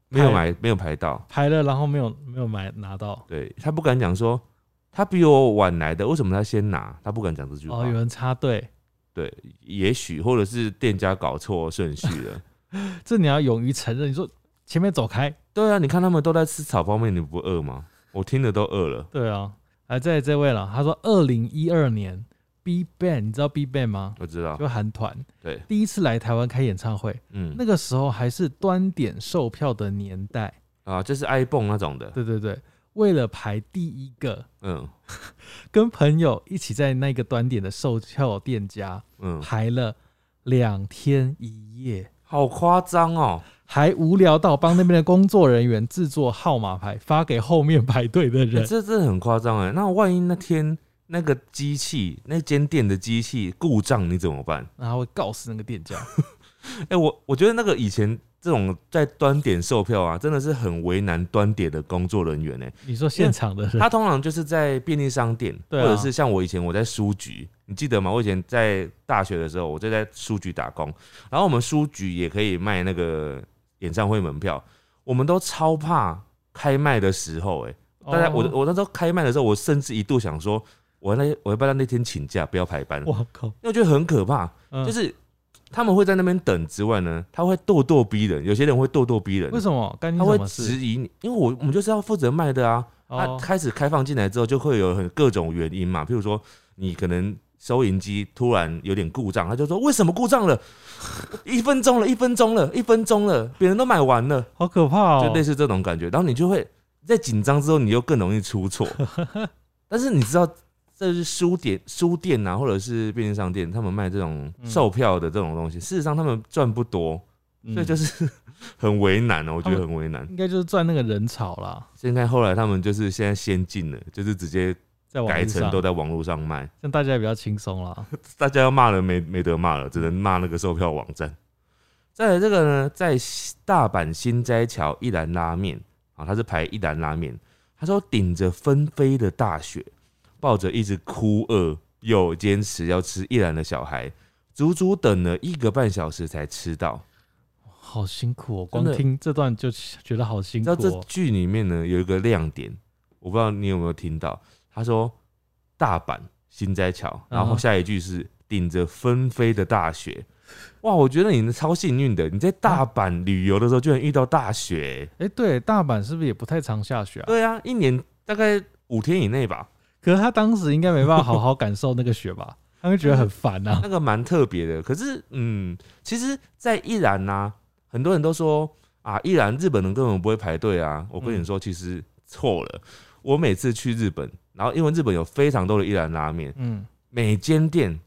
[SPEAKER 2] 没有
[SPEAKER 1] 排
[SPEAKER 2] 买，没有排到，
[SPEAKER 1] 排了，然后没有没有买拿到。
[SPEAKER 2] 对他不敢讲说他比我晚来的，为什么他先拿？他不敢讲这句话。
[SPEAKER 1] 哦，有人插队，
[SPEAKER 2] 对，也许或者是店家搞错顺序了。
[SPEAKER 1] 这你要勇于承认。你说前面走开，
[SPEAKER 2] 对啊，你看他们都在吃炒泡面，你不饿吗？我听了都饿了。
[SPEAKER 1] 对啊。哎，这这位了，他说二零一二年 B Ban，你知道 B Ban 吗？
[SPEAKER 2] 我知道，
[SPEAKER 1] 就韩团
[SPEAKER 2] 啊对，
[SPEAKER 1] 第一次来台湾开演唱会，
[SPEAKER 2] 嗯，
[SPEAKER 1] 那个时候还是端点售票的年代。
[SPEAKER 2] 啊，就是 iPhone 那种的，
[SPEAKER 1] 对对对，为了排第一个，
[SPEAKER 2] 嗯
[SPEAKER 1] 跟朋友一起在那个端点的售票店家
[SPEAKER 2] 嗯，
[SPEAKER 1] 排了两天一夜。
[SPEAKER 2] 好夸张哦，
[SPEAKER 1] 还无聊到帮那边的工作人员制作号码牌，发给后面排队的
[SPEAKER 2] 欸
[SPEAKER 1] 人。
[SPEAKER 2] 这真的很夸张哎。那万一那天那个机器，那间店的机器故障，你怎么办？
[SPEAKER 1] 然后会告诉那个店 家，
[SPEAKER 2] 哎、我我觉得那个以前这种在端点售票啊，真的是很为难端点的工作人员哎。
[SPEAKER 1] 你说现场的人
[SPEAKER 2] 他通常就是在便利商店，
[SPEAKER 1] 对啊
[SPEAKER 2] 或者是像我以前我在书局，你记得吗？我以前在大学的时候，我就在书局打工，然后我们书局也可以卖那个演唱会门票，我们都超怕开卖的时候、欸，大家我
[SPEAKER 1] 哦
[SPEAKER 2] 我那时候开卖的时候，我甚至一度想说，我那我要不要那天请假，不要排班，因为
[SPEAKER 1] 我靠，
[SPEAKER 2] 我觉得很可怕，
[SPEAKER 1] 嗯
[SPEAKER 2] 就是。他们会在那边等之外呢，他会咄咄逼人，有些人会咄咄逼人，
[SPEAKER 1] 为什么干你
[SPEAKER 2] 他
[SPEAKER 1] 什
[SPEAKER 2] 会
[SPEAKER 1] 么
[SPEAKER 2] 质
[SPEAKER 1] 事？
[SPEAKER 2] 疑你，因为我我们就是要负责卖的啊，它
[SPEAKER 1] 哦，
[SPEAKER 2] 开始开放进来之后，就会有很各种原因嘛，譬如说你可能收银机突然有点故障，他就说为什么故障了？ 一分钟了，一分钟了，一分钟了，别人都买完了，
[SPEAKER 1] 好可怕
[SPEAKER 2] 就
[SPEAKER 1] 哦
[SPEAKER 2] 类！似这种感觉。然后你就会在紧张之后，你又更容易出错。 但是你知道，这是书店、书店啊，或者是便利商店，他们卖这种
[SPEAKER 1] 嗯
[SPEAKER 2] 售票的这种东西，事实上他们赚不多，
[SPEAKER 1] 嗯
[SPEAKER 2] 所以就是。 很为难哦，我觉得
[SPEAKER 1] 他
[SPEAKER 2] 很为难。
[SPEAKER 1] 嗯应该就是赚那个人潮啦，
[SPEAKER 2] 现在后来他们就是现在先进了，就是直接
[SPEAKER 1] 在网
[SPEAKER 2] 改
[SPEAKER 1] 络
[SPEAKER 2] 成
[SPEAKER 1] 上
[SPEAKER 2] 都，在网络上卖，
[SPEAKER 1] 像大家也比较轻松啦。
[SPEAKER 2] 大家要骂人没没得骂了，只能骂那个售票网站。再来这个呢，在大阪新斋桥一兰拉面啊，他是排一兰拉面，他说顶着纷飞的大雪，抱着一直哭饿又坚持要吃一兰的小孩，足足等了一个半小时才吃到。
[SPEAKER 1] 好辛苦哦，
[SPEAKER 2] 真的
[SPEAKER 1] 光听这段就觉得好辛
[SPEAKER 2] 你
[SPEAKER 1] 苦
[SPEAKER 2] 知道这
[SPEAKER 1] 哦。
[SPEAKER 2] 剧里面呢有一个亮点，我不知道你有没有听到，他说大阪新斋桥，然后
[SPEAKER 1] 嗯哼
[SPEAKER 2] 下一句是顶着纷飞的大雪。哇，我觉得你超幸运的，你在大阪旅游的时候居然遇到大雪、
[SPEAKER 1] 哎，对，大阪是不是也不太常下雪啊？
[SPEAKER 2] 对啊，一年大概五天以内吧，
[SPEAKER 1] 可是他当时应该没办法好好感受那个雪 吧？他会觉得很烦啊。
[SPEAKER 2] 那个蛮特别的。可是，嗯，其实，在宜兰呐、很多人都说啊，宜兰日本人根本不会排队啊。我跟你说，其实错了。我每次去日本，然后因为日本有非常多的宜兰拉面，
[SPEAKER 1] 嗯，
[SPEAKER 2] 每间店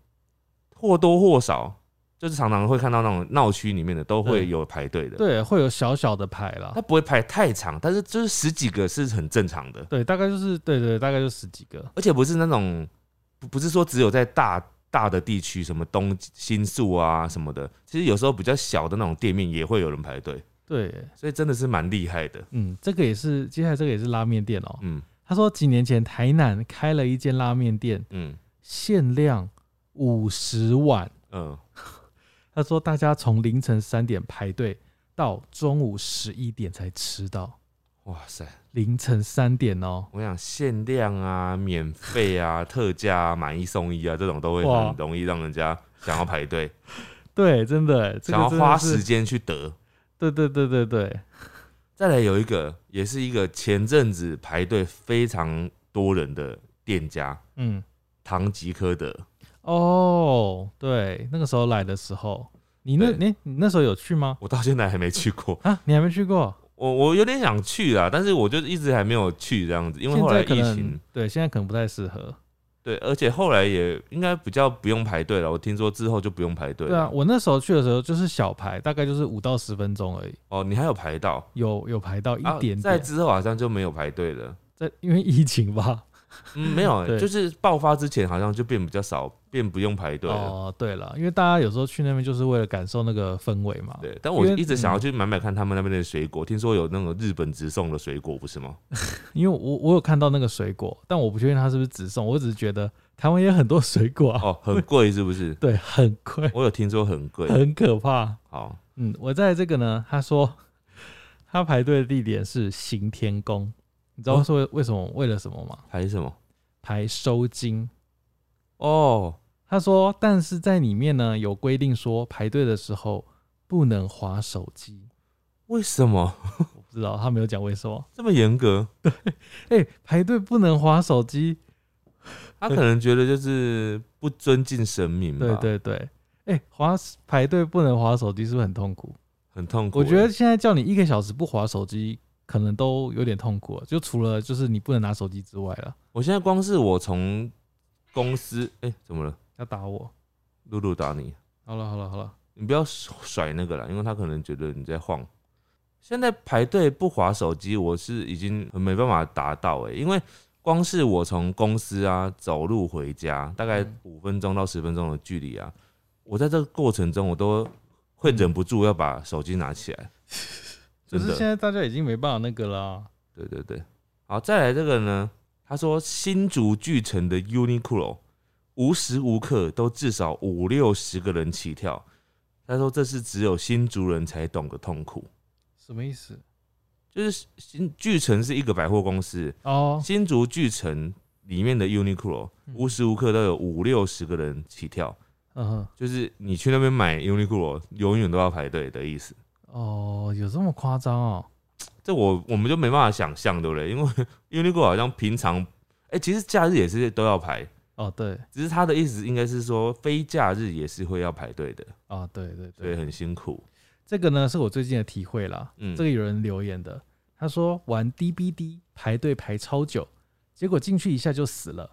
[SPEAKER 2] 或多或少，就是常常会看到那种闹区里面的都会
[SPEAKER 1] 对
[SPEAKER 2] 有排队的。
[SPEAKER 1] 对，会有小小的排啦
[SPEAKER 2] 它。不会排太长，但是就是十几个是很正常的，
[SPEAKER 1] 对，大概就是对对，大概就十几个。
[SPEAKER 2] 而且不是那种不不是说只有在大大的地区，什么东新宿啊什么的，其实有时候比较小的那种店面也会有人排队，
[SPEAKER 1] 对，
[SPEAKER 2] 所以真的是蛮厉害的。
[SPEAKER 1] 嗯，这个也是，接下来这个也是拉面店哦。
[SPEAKER 2] 嗯
[SPEAKER 1] 他说几年前台南开了一间拉面店，
[SPEAKER 2] 嗯
[SPEAKER 1] 限量五十碗。
[SPEAKER 2] 嗯，
[SPEAKER 1] 他说大家从凌晨三点排队到中午十一点才吃到，
[SPEAKER 2] 哇塞！
[SPEAKER 1] 凌晨三点哦。
[SPEAKER 2] 我想限量啊、免费啊、特价啊、买一送一啊，这种都会
[SPEAKER 1] 哇
[SPEAKER 2] 很容易让人家想要排队，
[SPEAKER 1] 对，真的，欸这
[SPEAKER 2] 想
[SPEAKER 1] 个
[SPEAKER 2] 要
[SPEAKER 1] 真的
[SPEAKER 2] 花
[SPEAKER 1] 是
[SPEAKER 2] 时。间去得。
[SPEAKER 1] 对对对对对，
[SPEAKER 2] 再来有一个，也是一个前阵子排队非常多人的店家
[SPEAKER 1] 嗯，
[SPEAKER 2] 唐吉诃德，
[SPEAKER 1] 哦，对，那个时候来的时候，你那
[SPEAKER 2] 对
[SPEAKER 1] 你你那时候有去吗？
[SPEAKER 2] 我到现在还没去过，
[SPEAKER 1] 啊，你还没去过？
[SPEAKER 2] 我我有点想去啦，但是我就一直还没有去这样子，因为
[SPEAKER 1] 现
[SPEAKER 2] 后来
[SPEAKER 1] 在可
[SPEAKER 2] 疫
[SPEAKER 1] 能
[SPEAKER 2] 情，
[SPEAKER 1] 对，现在可能不太适合。
[SPEAKER 2] 对，而且后来也应该比较不用排队了。我听说之后就不用排队
[SPEAKER 1] 对啊，
[SPEAKER 2] 了。
[SPEAKER 1] 我那时候去的时候就是小排，大概就是五到十分钟而已，
[SPEAKER 2] 哦，你还有排到
[SPEAKER 1] 有有排到一
[SPEAKER 2] 啊
[SPEAKER 1] 点
[SPEAKER 2] 在
[SPEAKER 1] 点，
[SPEAKER 2] 之后好像就没有排队了。
[SPEAKER 1] 在因为疫情吧。
[SPEAKER 2] 嗯，没 有、
[SPEAKER 1] 对
[SPEAKER 2] 就是爆发之前好像就变比较少，变不用排队了。
[SPEAKER 1] 哦，对了，因为大家有时候去那边就是为了感受那个氛围嘛。
[SPEAKER 2] 对，但我
[SPEAKER 1] 啊因为嗯
[SPEAKER 2] 一直想要去买买看他们那边的水果，听说有那种日本直送的水果，不是吗？
[SPEAKER 1] 因为我我有看到那个水果，但我不确定它是不是只送，我只是觉得台湾也有很多水果啊，？
[SPEAKER 2] 哦，很贵是不是
[SPEAKER 1] 对，很贵，
[SPEAKER 2] 我有听说很贵。
[SPEAKER 1] 很可怕。
[SPEAKER 2] 好，
[SPEAKER 1] 嗯，我在这个呢，他说 他排队的地点是行天宫，你知道
[SPEAKER 2] 哦
[SPEAKER 1] 是为为什么为了什么吗？
[SPEAKER 2] 还是什么？
[SPEAKER 1] 排收金。
[SPEAKER 2] 哦，
[SPEAKER 1] 他说，但是在里面呢有规定说排队的时候不能划手机，
[SPEAKER 2] 为什么
[SPEAKER 1] 我不知道他没有讲为什么。
[SPEAKER 2] 这么严格？
[SPEAKER 1] 哎、排队不能划手机，
[SPEAKER 2] 他可能觉得就是不尊敬神明吧，
[SPEAKER 1] 对，对对，哎、划排队不能划手机是不是很痛苦？
[SPEAKER 2] 很痛苦欸。
[SPEAKER 1] 我觉得现在叫你一个小时不划手机，可能都有点痛苦了，就除了就是你不能拿手机之外了。
[SPEAKER 2] 我现在光是我从公司，哎、怎么了？
[SPEAKER 1] 要打我？
[SPEAKER 2] 露露打你，
[SPEAKER 1] 好了好了好了，
[SPEAKER 2] 你不要甩那个啦，因为他可能觉得你在晃。现在排队不划手机，我是已经很没办法达到哎、因为光是我从公司啊走路回家，大概
[SPEAKER 1] 嗯
[SPEAKER 2] 五分钟到十分钟的距离啊，我在这个过程中，我都会忍不住要把手机拿起来。
[SPEAKER 1] 就
[SPEAKER 2] 真
[SPEAKER 1] 是
[SPEAKER 2] 的。
[SPEAKER 1] 现在大家已经没办法那个了。啊
[SPEAKER 2] 对对对，好，再来这个呢？他说新竹巨城的 Uniqlo 无时无刻都至少五六十个人起跳。他说这是只有新竹人才懂的痛苦，
[SPEAKER 1] 什么意思？
[SPEAKER 2] 就是新巨城是一个百货公司，
[SPEAKER 1] 哦，
[SPEAKER 2] 新竹巨城里面的 Uniqlo
[SPEAKER 1] 嗯
[SPEAKER 2] 无时无刻都有五六十个人起跳，
[SPEAKER 1] 嗯哼，
[SPEAKER 2] 就是你去那边买 Uniqlo 永远都要排队的意思。
[SPEAKER 1] 哦，有这么夸张哦？
[SPEAKER 2] 这我我们就没办法想象，对不对？因为 Uniqlo 好像平常，哎、其实假日也是都要排。
[SPEAKER 1] 哦，对，
[SPEAKER 2] 只是他的意思应该是说，非假日也是会要排队的，
[SPEAKER 1] 哦，对对
[SPEAKER 2] 所以
[SPEAKER 1] 对，
[SPEAKER 2] 很辛苦。
[SPEAKER 1] 这个呢是我最近的体会啦。
[SPEAKER 2] 嗯，
[SPEAKER 1] 这个有人留言的，他说玩 DBD 排队排超久，结果进去一下就死了。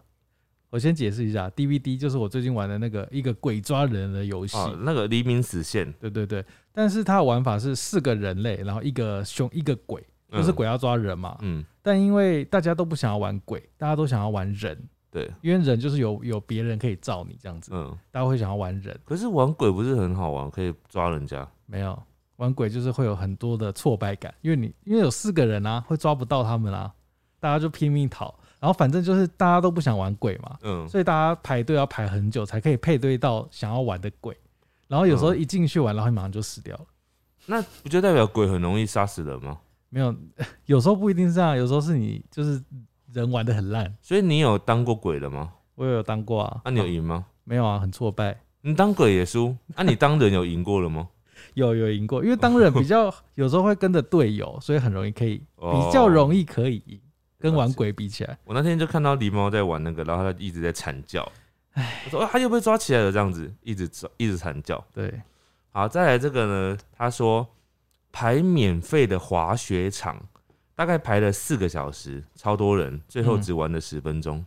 [SPEAKER 1] 我先解释一下，DBD 就是我最近玩的那个一个鬼抓人的游戏，
[SPEAKER 2] 哦，那个黎明死线，
[SPEAKER 1] 对对对。但是它的玩法是四个人类，然后一个凶一个鬼，
[SPEAKER 2] 嗯
[SPEAKER 1] 就是鬼要抓人嘛。
[SPEAKER 2] 嗯，
[SPEAKER 1] 但因为大家都不想要玩鬼，大家都想要玩人，
[SPEAKER 2] 对，
[SPEAKER 1] 因为人就是有有别人可以罩你这样子，
[SPEAKER 2] 嗯。
[SPEAKER 1] 大家会想要玩人。
[SPEAKER 2] 可是玩鬼不是很好玩，可以抓人家。
[SPEAKER 1] 没有玩鬼就是会有很多的挫败感，因为你因为有四个人啊，会抓不到他们啊，大家就拼命逃，然后反正就是大家都不想玩鬼嘛，
[SPEAKER 2] 嗯，
[SPEAKER 1] 所以大家排队要排很久才可以配对到想要玩的鬼，然后有时候
[SPEAKER 2] 嗯
[SPEAKER 1] 一进去玩，然后你马上就死掉了。
[SPEAKER 2] 那不就代表鬼很容易杀死人吗？
[SPEAKER 1] 没有，有时候不一定是这样，有时候是你就是人玩的很烂。
[SPEAKER 2] 所以你有当过鬼了吗？
[SPEAKER 1] 我也有当过啊，
[SPEAKER 2] 啊，你有
[SPEAKER 1] 啊
[SPEAKER 2] 赢吗？
[SPEAKER 1] 没有啊？很挫败，
[SPEAKER 2] 你当鬼也输？啊，你当人有赢过了吗？
[SPEAKER 1] 有有赢过，因为当人比较有时候会跟着队友，所以很容易可以
[SPEAKER 2] 哦
[SPEAKER 1] 比较容易可以赢，跟
[SPEAKER 2] 了
[SPEAKER 1] 玩
[SPEAKER 2] 解
[SPEAKER 1] 鬼比起来。
[SPEAKER 2] 哦我那天就看到狸猫在玩那个，然后它一直在惨叫。我说、啊、它又被抓起来了，这样子一直抓一直惨叫。
[SPEAKER 1] 对，
[SPEAKER 2] 好，再来这个呢，他说排免费的滑雪场，大概排了四个小时，超多人，最
[SPEAKER 1] 嗯
[SPEAKER 2] 后只玩了十分钟。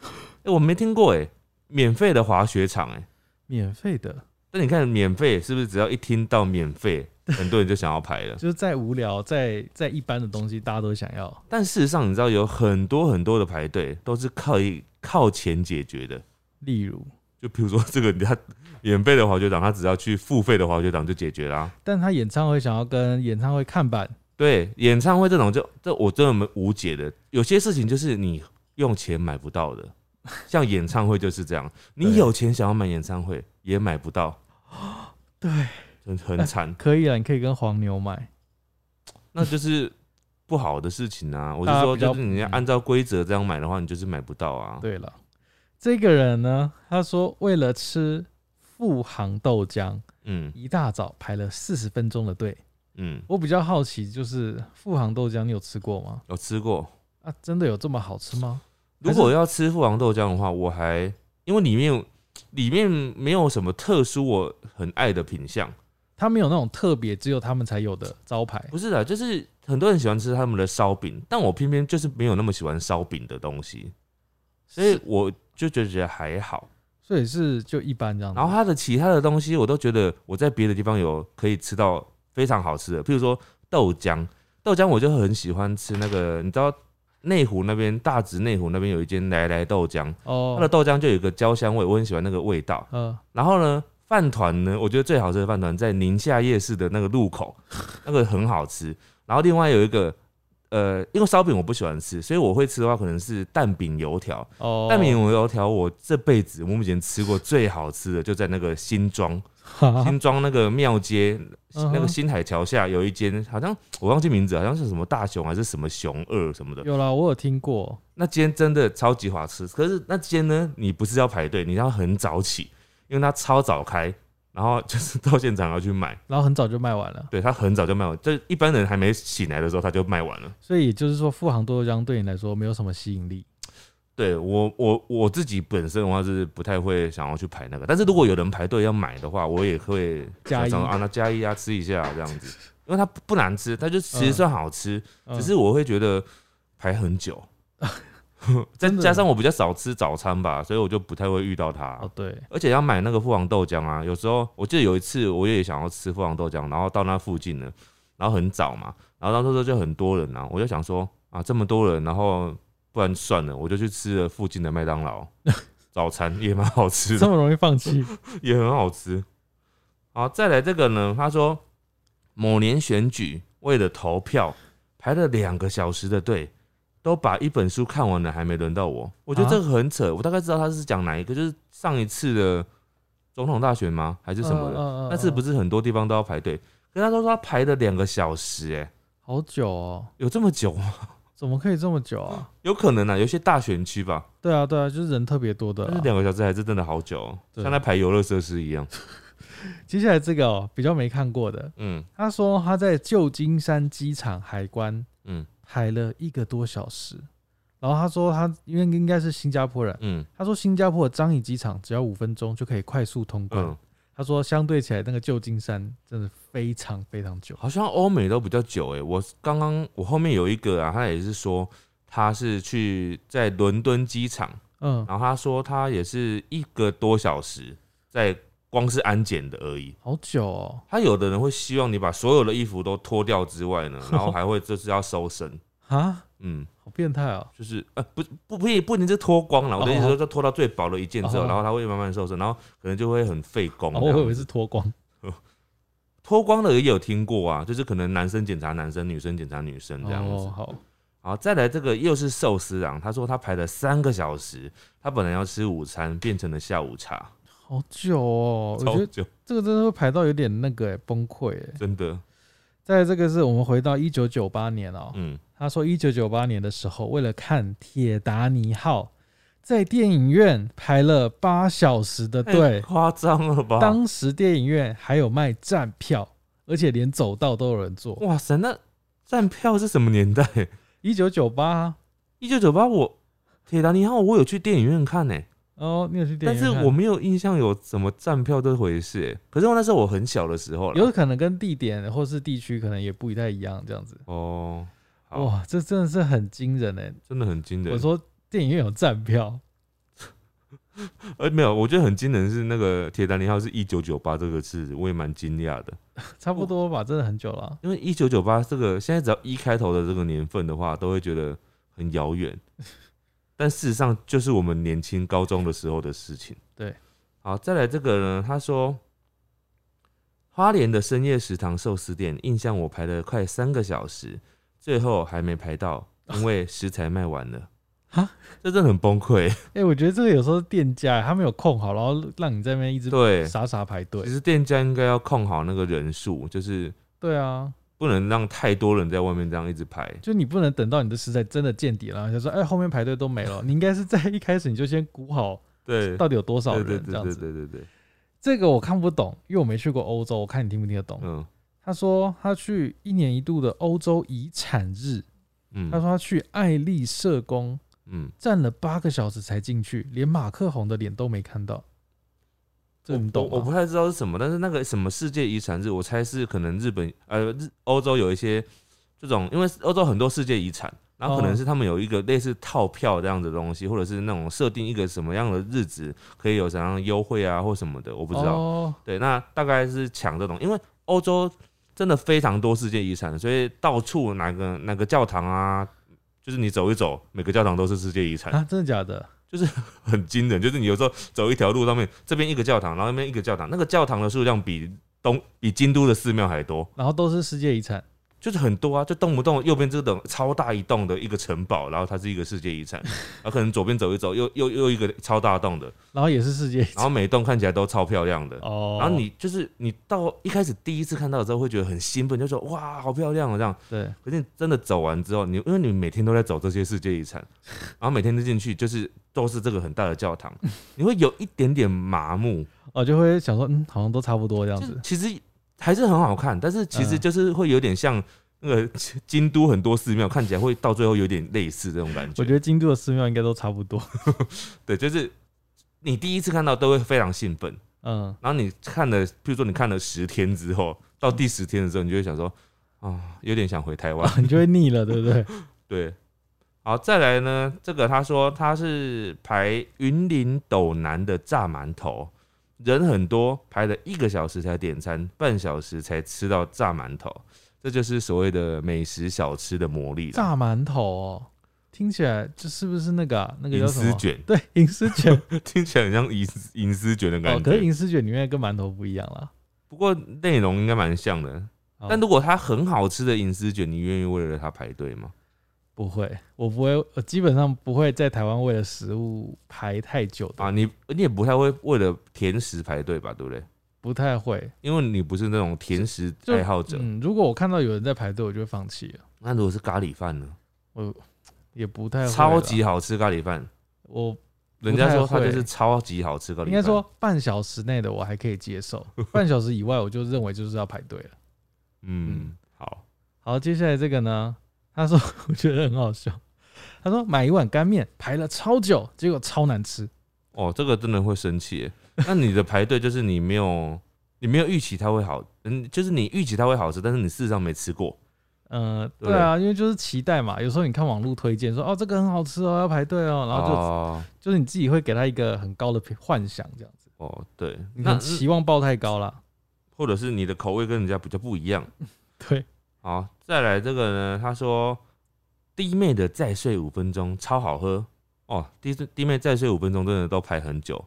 [SPEAKER 2] 哎、我没听过哎、免费的滑雪场哎、
[SPEAKER 1] 免费的，
[SPEAKER 2] 但你看免费是不是只要一听到免 费，很多人就想要排了？
[SPEAKER 1] 就是再无聊、再再一般的东西，大家都想要。
[SPEAKER 2] 但事实上，你知道有很多很多的排队都是靠一靠钱解决的。
[SPEAKER 1] 例如，
[SPEAKER 2] 就比如说这个，他免费的滑雪场，他只要去付费的滑雪场就解决啦、
[SPEAKER 1] 但他演唱会想要跟演唱会看板，
[SPEAKER 2] 对，演唱会这种就这我真的没无解的，有些事情就是你用钱买不到的，像演唱会就是这样，你
[SPEAKER 1] 对
[SPEAKER 2] 有钱想要买演唱会也买不到，
[SPEAKER 1] 对，
[SPEAKER 2] 很很惨，
[SPEAKER 1] 可以啊，你可以跟黄牛买。
[SPEAKER 2] 那就是不好的事情啊。我
[SPEAKER 1] 大
[SPEAKER 2] 是
[SPEAKER 1] 家
[SPEAKER 2] 说，
[SPEAKER 1] 比较嗯
[SPEAKER 2] 就是你要按照规则这样买的话，你就是买不到啊。
[SPEAKER 1] 对了，这个人呢，他说为了吃富航豆浆，
[SPEAKER 2] 嗯
[SPEAKER 1] 一大早排了四十分钟的队。
[SPEAKER 2] 嗯，
[SPEAKER 1] 我比较好奇，就是富航豆浆，你有吃过吗？
[SPEAKER 2] 有吃过。
[SPEAKER 1] 啊，真的有这么好吃吗？还
[SPEAKER 2] 如
[SPEAKER 1] 是
[SPEAKER 2] 果要吃富王豆浆的话，我还因为里面里面没有什么特殊我很爱的品相，
[SPEAKER 1] 它没有那种特别只有他们才有的招牌。
[SPEAKER 2] 不是的，就是很多人喜欢吃他们的烧饼，但我偏偏就是没有那么喜欢烧饼的东西，所以我就觉得还好。
[SPEAKER 1] 所以是就一般这样子。
[SPEAKER 2] 然后它的其他的东西，我都觉得我在别的地方有可以吃到非常好吃的，譬如说豆浆，豆浆我就很喜欢吃那个，你知道内湖那边大直内湖那边有一间来来豆浆，它的
[SPEAKER 1] 哦，
[SPEAKER 2] 豆浆就有一个焦香味，我很喜欢那个味道。
[SPEAKER 1] 呃，
[SPEAKER 2] 然后呢，饭团呢，我觉得最好吃的饭团在宁夏夜市的那个路口，那个很好吃。然后另外有一个，呃，因为烧饼我不喜欢吃，所以我会吃的话可能是蛋饼油条。
[SPEAKER 1] 哦，
[SPEAKER 2] 蛋饼油条我这辈子我目前吃过最好吃的就在那个新庄，
[SPEAKER 1] 哈啊哈
[SPEAKER 2] 新庄那个庙街
[SPEAKER 1] 嗯哼
[SPEAKER 2] 那个新海桥下有一间，好像我忘记名字，好像是什么大熊还是什么熊二什么的。
[SPEAKER 1] 有啦，我有听过，
[SPEAKER 2] 那间真的超级好吃，可是那间呢，你不是要排队，你要很早起，因为它超早开，然后就是到现场要去买。
[SPEAKER 1] 然后很早就卖完了。
[SPEAKER 2] 对，它很早就卖完，就是一般人还没醒来的时候，它就卖完了。
[SPEAKER 1] 所以也就是说，富航豆浆对你来说没有什么吸引力。
[SPEAKER 2] 对我，我我自己本身的话是不太会想要去排那个，但是如果有人排队要买的话，我也会
[SPEAKER 1] 加一
[SPEAKER 2] 想说啊，那加一啊，吃一下这样子，因为它不不难吃，它就其实算好吃，
[SPEAKER 1] 嗯
[SPEAKER 2] 只是我会觉得排 很久， 再
[SPEAKER 1] 真的
[SPEAKER 2] 加上我比较少吃早餐吧，所以我就不太会遇到它。
[SPEAKER 1] 哦，对，
[SPEAKER 2] 而且要买那个富王豆浆啊，有时候我记得有一次我也想要吃富王豆浆，然后到那附近了，然后很早嘛，然后到时候就很多人啊，我就想说啊这么多人，然后不然算了，我就去吃了附近的麦当劳 早餐，也蛮好吃
[SPEAKER 1] 这
[SPEAKER 2] 的，
[SPEAKER 1] 么容易放弃？
[SPEAKER 2] 也很好吃。好，再来这个呢，他说某年选举为了投票排了两个小时的队。都把一本书看完了，还没轮到我。我觉得这个很扯，我大概知道他是讲哪一个，就是上一次的总统大选吗？ 还是什么的？
[SPEAKER 1] 的
[SPEAKER 2] 那次不
[SPEAKER 1] 是
[SPEAKER 2] 是很多地方都要排队？可是他都说他排了两个小时、哎，
[SPEAKER 1] 好久哦？
[SPEAKER 2] 有这么久吗？
[SPEAKER 1] 怎么可以这么久啊？
[SPEAKER 2] 有可能啊，有些大选区吧，
[SPEAKER 1] 对啊，对啊，就是人特别多的
[SPEAKER 2] 但
[SPEAKER 1] 啦
[SPEAKER 2] 是。两个小时还是真的好久、哦，
[SPEAKER 1] 对
[SPEAKER 2] 像在排游乐设施一样。
[SPEAKER 1] 接下来这个哦，比较没看过的，
[SPEAKER 2] 嗯
[SPEAKER 1] 他说他在旧金山机场海关
[SPEAKER 2] 嗯
[SPEAKER 1] 排了一个多小时，然后他说他因为应该是新加坡人，
[SPEAKER 2] 嗯
[SPEAKER 1] 他说新加坡的樟宜机场只要五分钟就可以快速通关，
[SPEAKER 2] 嗯，
[SPEAKER 1] 他说相对起来那个旧金山真的非常非常久。
[SPEAKER 2] 好像欧美都比较久哎、我刚刚我后面有一个啊，他也是说他是去在伦敦机场。
[SPEAKER 1] 嗯，
[SPEAKER 2] 然后他说他也是一个多小时，在光是安检的而已。
[SPEAKER 1] 好久哦，
[SPEAKER 2] 他有的人会希望你把所有的衣服都脱掉之外 呢，然后还会就是要搜身，
[SPEAKER 1] 啊，
[SPEAKER 2] 嗯，
[SPEAKER 1] 好变态哦。
[SPEAKER 2] 就是呃不不不一不一定是脱光了，我的意思
[SPEAKER 1] 哦
[SPEAKER 2] 是说就脱到最薄的一件之后，
[SPEAKER 1] 哦
[SPEAKER 2] 然后他会慢慢瘦身，然后可能就会很费工
[SPEAKER 1] 哦
[SPEAKER 2] 这
[SPEAKER 1] 我
[SPEAKER 2] 样。
[SPEAKER 1] 以为是脱光。
[SPEAKER 2] 脱光的也有听过啊，就是可能男生检查男生，女生检查女生这样子
[SPEAKER 1] 哦，。好，
[SPEAKER 2] 好，再来这个又是寿司郎，他说他排了三个小时，他本来要吃午餐，变成了下午茶，
[SPEAKER 1] 好久哦。我觉
[SPEAKER 2] 超
[SPEAKER 1] 得
[SPEAKER 2] 久，
[SPEAKER 1] 这个真的会排到有点那个欸崩溃欸。
[SPEAKER 2] 真的，
[SPEAKER 1] 在这个是我们回到一九九八年哦，
[SPEAKER 2] 嗯。
[SPEAKER 1] 他说一九九八年的时候，为了看《铁达尼号》，在电影院排了八小时的
[SPEAKER 2] 太
[SPEAKER 1] 队。
[SPEAKER 2] 夸张了吧？
[SPEAKER 1] 当时电影院还有卖站票，而且连走道都有人坐。
[SPEAKER 2] 哇塞，那站票是什么年代？
[SPEAKER 1] 一九九八
[SPEAKER 2] 一九九八，我《铁达尼号》我有去电影院看呢、
[SPEAKER 1] 哦，你有去电
[SPEAKER 2] 但
[SPEAKER 1] 影
[SPEAKER 2] 是
[SPEAKER 1] 院看？
[SPEAKER 2] 我没有印象有什么站票这回事、欸。可是我那时候我很小的时候
[SPEAKER 1] 有
[SPEAKER 2] 了。
[SPEAKER 1] 可能跟地点或是地区可能也不太一样，这样子。
[SPEAKER 2] 哦，好，
[SPEAKER 1] 哇，这真的是很惊人哎！
[SPEAKER 2] 真的很惊人。
[SPEAKER 1] 我说电影院有站票，
[SPEAKER 2] 呃，没有，我觉得很惊人是那个《铁达尼号》是一九九八这个字，我也蛮惊讶的。
[SPEAKER 1] 差不多吧，真的很久了啊。
[SPEAKER 2] 因为一九九八这个现在只要一开头的这个年份的话，都会觉得很遥 远，但事实上就是我们年轻高中的时候的事情。
[SPEAKER 1] 对，
[SPEAKER 2] 好，再来这个呢，他说花莲的深夜食堂寿司店，印象我排了快三个小时，最后还没排到，因为食材卖完了。
[SPEAKER 1] 哈，
[SPEAKER 2] 这真的很 崩溃。
[SPEAKER 1] 哎、我觉得这个有时候店家他没有空好，然后让你在那边一直
[SPEAKER 2] 对，
[SPEAKER 1] 傻傻排队
[SPEAKER 2] 其。实店家应该要控好那个人数，就是
[SPEAKER 1] 对啊，
[SPEAKER 2] 不能让太多人在外面这样一直排。
[SPEAKER 1] 就你不能等到你的食材真的见底了，然后就说哎、后面排队都没 了。你应该是在一开始你就先估好
[SPEAKER 2] 对，
[SPEAKER 1] 到底有多少
[SPEAKER 2] 对
[SPEAKER 1] 人
[SPEAKER 2] 对
[SPEAKER 1] 这
[SPEAKER 2] 对
[SPEAKER 1] 样
[SPEAKER 2] 对
[SPEAKER 1] 子。
[SPEAKER 2] 对对对，
[SPEAKER 1] 这个我看不懂，因为我没去过欧洲，我看你听不听得懂。
[SPEAKER 2] 嗯
[SPEAKER 1] 他说他去一年一度的欧洲遗产日，
[SPEAKER 2] 嗯。
[SPEAKER 1] 他说他去爱丽舍宫
[SPEAKER 2] 嗯，
[SPEAKER 1] 站了八个小时才进去，连马克宏的脸都没看到。这你懂啊
[SPEAKER 2] 我我
[SPEAKER 1] 吗？
[SPEAKER 2] 不太知道是什么，但是那个什么世界遗产日，我猜是可能日本呃日欧洲有一些这种，因为欧洲很多世界遗产，然后可
[SPEAKER 1] 哦
[SPEAKER 2] 能是他们有一个类似套票这样的东西，或者是那种设定一个什么样的日子可以有怎样的优惠啊或什么的，我不知道。
[SPEAKER 1] 哦
[SPEAKER 2] 对，那大概是抢这种，因为欧洲真的非常多世界遗产，所以到处哪个哪个教堂啊，就是你走一走，每个教堂都是世界遗产。
[SPEAKER 1] 啊，真的假的？
[SPEAKER 2] 很惊人，就是你有时候走一条路上面，这边一个教堂，然后那边一个教堂，那个教堂的数量比东比京都的寺庙还多，
[SPEAKER 1] 然后都是世界遗产，
[SPEAKER 2] 就是很多啊，就动不动右边这栋超大一栋的一个城堡，然后它是一个世界遗产， 然后可能左边走一走，又又又一个超大栋的，
[SPEAKER 1] 然后也是世界遗产
[SPEAKER 2] 然后每一栋看起来都超漂亮的。
[SPEAKER 1] 哦。
[SPEAKER 2] 然后你就是你到一开始第一次看到的时候会觉得很兴奋，就说哇好漂亮哦这样。
[SPEAKER 1] 对
[SPEAKER 2] 可是你真的走完之后，你因为你每天都在走这些世界 遗产，然后每天都进去，就是都是这个很大的教堂， 你会有一点点麻木。
[SPEAKER 1] 我就会想说，嗯，好像都差不多这样
[SPEAKER 2] 就是
[SPEAKER 1] 子。
[SPEAKER 2] 其实还是很好看，但是其实
[SPEAKER 1] 嗯
[SPEAKER 2] 就是会有点像那个 京都很多寺庙，看起来会到最后有点类似这种感觉。
[SPEAKER 1] 我觉得京都的寺庙应该都差不 多。
[SPEAKER 2] 对，就是你第一次看到都会非常兴奋，
[SPEAKER 1] 嗯，
[SPEAKER 2] 然后你看了，譬如说你看了十天之后，到第十天的时候，你就会想说啊、有点想回台 湾。
[SPEAKER 1] 你就会腻了，对不 对？
[SPEAKER 2] 对，好，再来呢，这个他说他是排云林斗南的炸馒头，人很多，排了一个小时才点餐，半小时才吃到炸馒头，这就是所谓的美食小吃的魔力啦。
[SPEAKER 1] 炸馒头哦，听起来这是不是那个啊、那个
[SPEAKER 2] 银
[SPEAKER 1] 叫什
[SPEAKER 2] 丝
[SPEAKER 1] 么？
[SPEAKER 2] 卷
[SPEAKER 1] 对，银丝卷
[SPEAKER 2] 听起来很像银丝银丝卷的
[SPEAKER 1] 哦，
[SPEAKER 2] 感
[SPEAKER 1] 可是
[SPEAKER 2] 觉，
[SPEAKER 1] 银丝卷里面跟馒头不一样啦。
[SPEAKER 2] 不过内容应该蛮像的。
[SPEAKER 1] 哦
[SPEAKER 2] 但如果它很好吃的银丝卷，你愿意为了它排队吗？
[SPEAKER 1] 不会，我不会，我基本上不会在台湾为了食物排太久的，
[SPEAKER 2] 啊，你你也不太会为了甜食排队吧，对不对？
[SPEAKER 1] 不太会。
[SPEAKER 2] 因为你不是那种甜食
[SPEAKER 1] 就
[SPEAKER 2] 爱好者。
[SPEAKER 1] 嗯，如果我看到有人在排队，我就会放弃了，
[SPEAKER 2] 那如果是咖喱饭呢？
[SPEAKER 1] 也不太会啦
[SPEAKER 2] 超级好吃咖喱饭，
[SPEAKER 1] 我
[SPEAKER 2] 人家说
[SPEAKER 1] 不太
[SPEAKER 2] 它
[SPEAKER 1] 会
[SPEAKER 2] 就是超级好吃咖喱
[SPEAKER 1] 应
[SPEAKER 2] 饭。
[SPEAKER 1] 该说，半小时内的我还可以接 受，半小时以外我就认为就是要排队了。
[SPEAKER 2] 嗯，好，
[SPEAKER 1] 好，接下来这个呢，他说 我觉得很好笑，他说买一碗干面排了超久，结果超难吃。
[SPEAKER 2] 哦，这个真的会生气耶。 那你的排队就是你没有，你没有预期它会好，嗯，就是你预期它会好吃，但是你事实上没吃过。
[SPEAKER 1] 呃，对啊，因为就是期待嘛，有时候你看网络推荐说哦这个很好吃哦，要排队哦，然后就、
[SPEAKER 2] 哦
[SPEAKER 1] 就是你自己会给他一个很高的评幻想这样子，
[SPEAKER 2] 哦，对，
[SPEAKER 1] 你
[SPEAKER 2] 那
[SPEAKER 1] 的期望抱太高了。
[SPEAKER 2] 或者是你的口味跟人家比较不一样。
[SPEAKER 1] 对，
[SPEAKER 2] 好，再来这个呢，他说弟妹的再睡五分钟超好喝哦，弟弟妹再睡五分钟真的都排很久。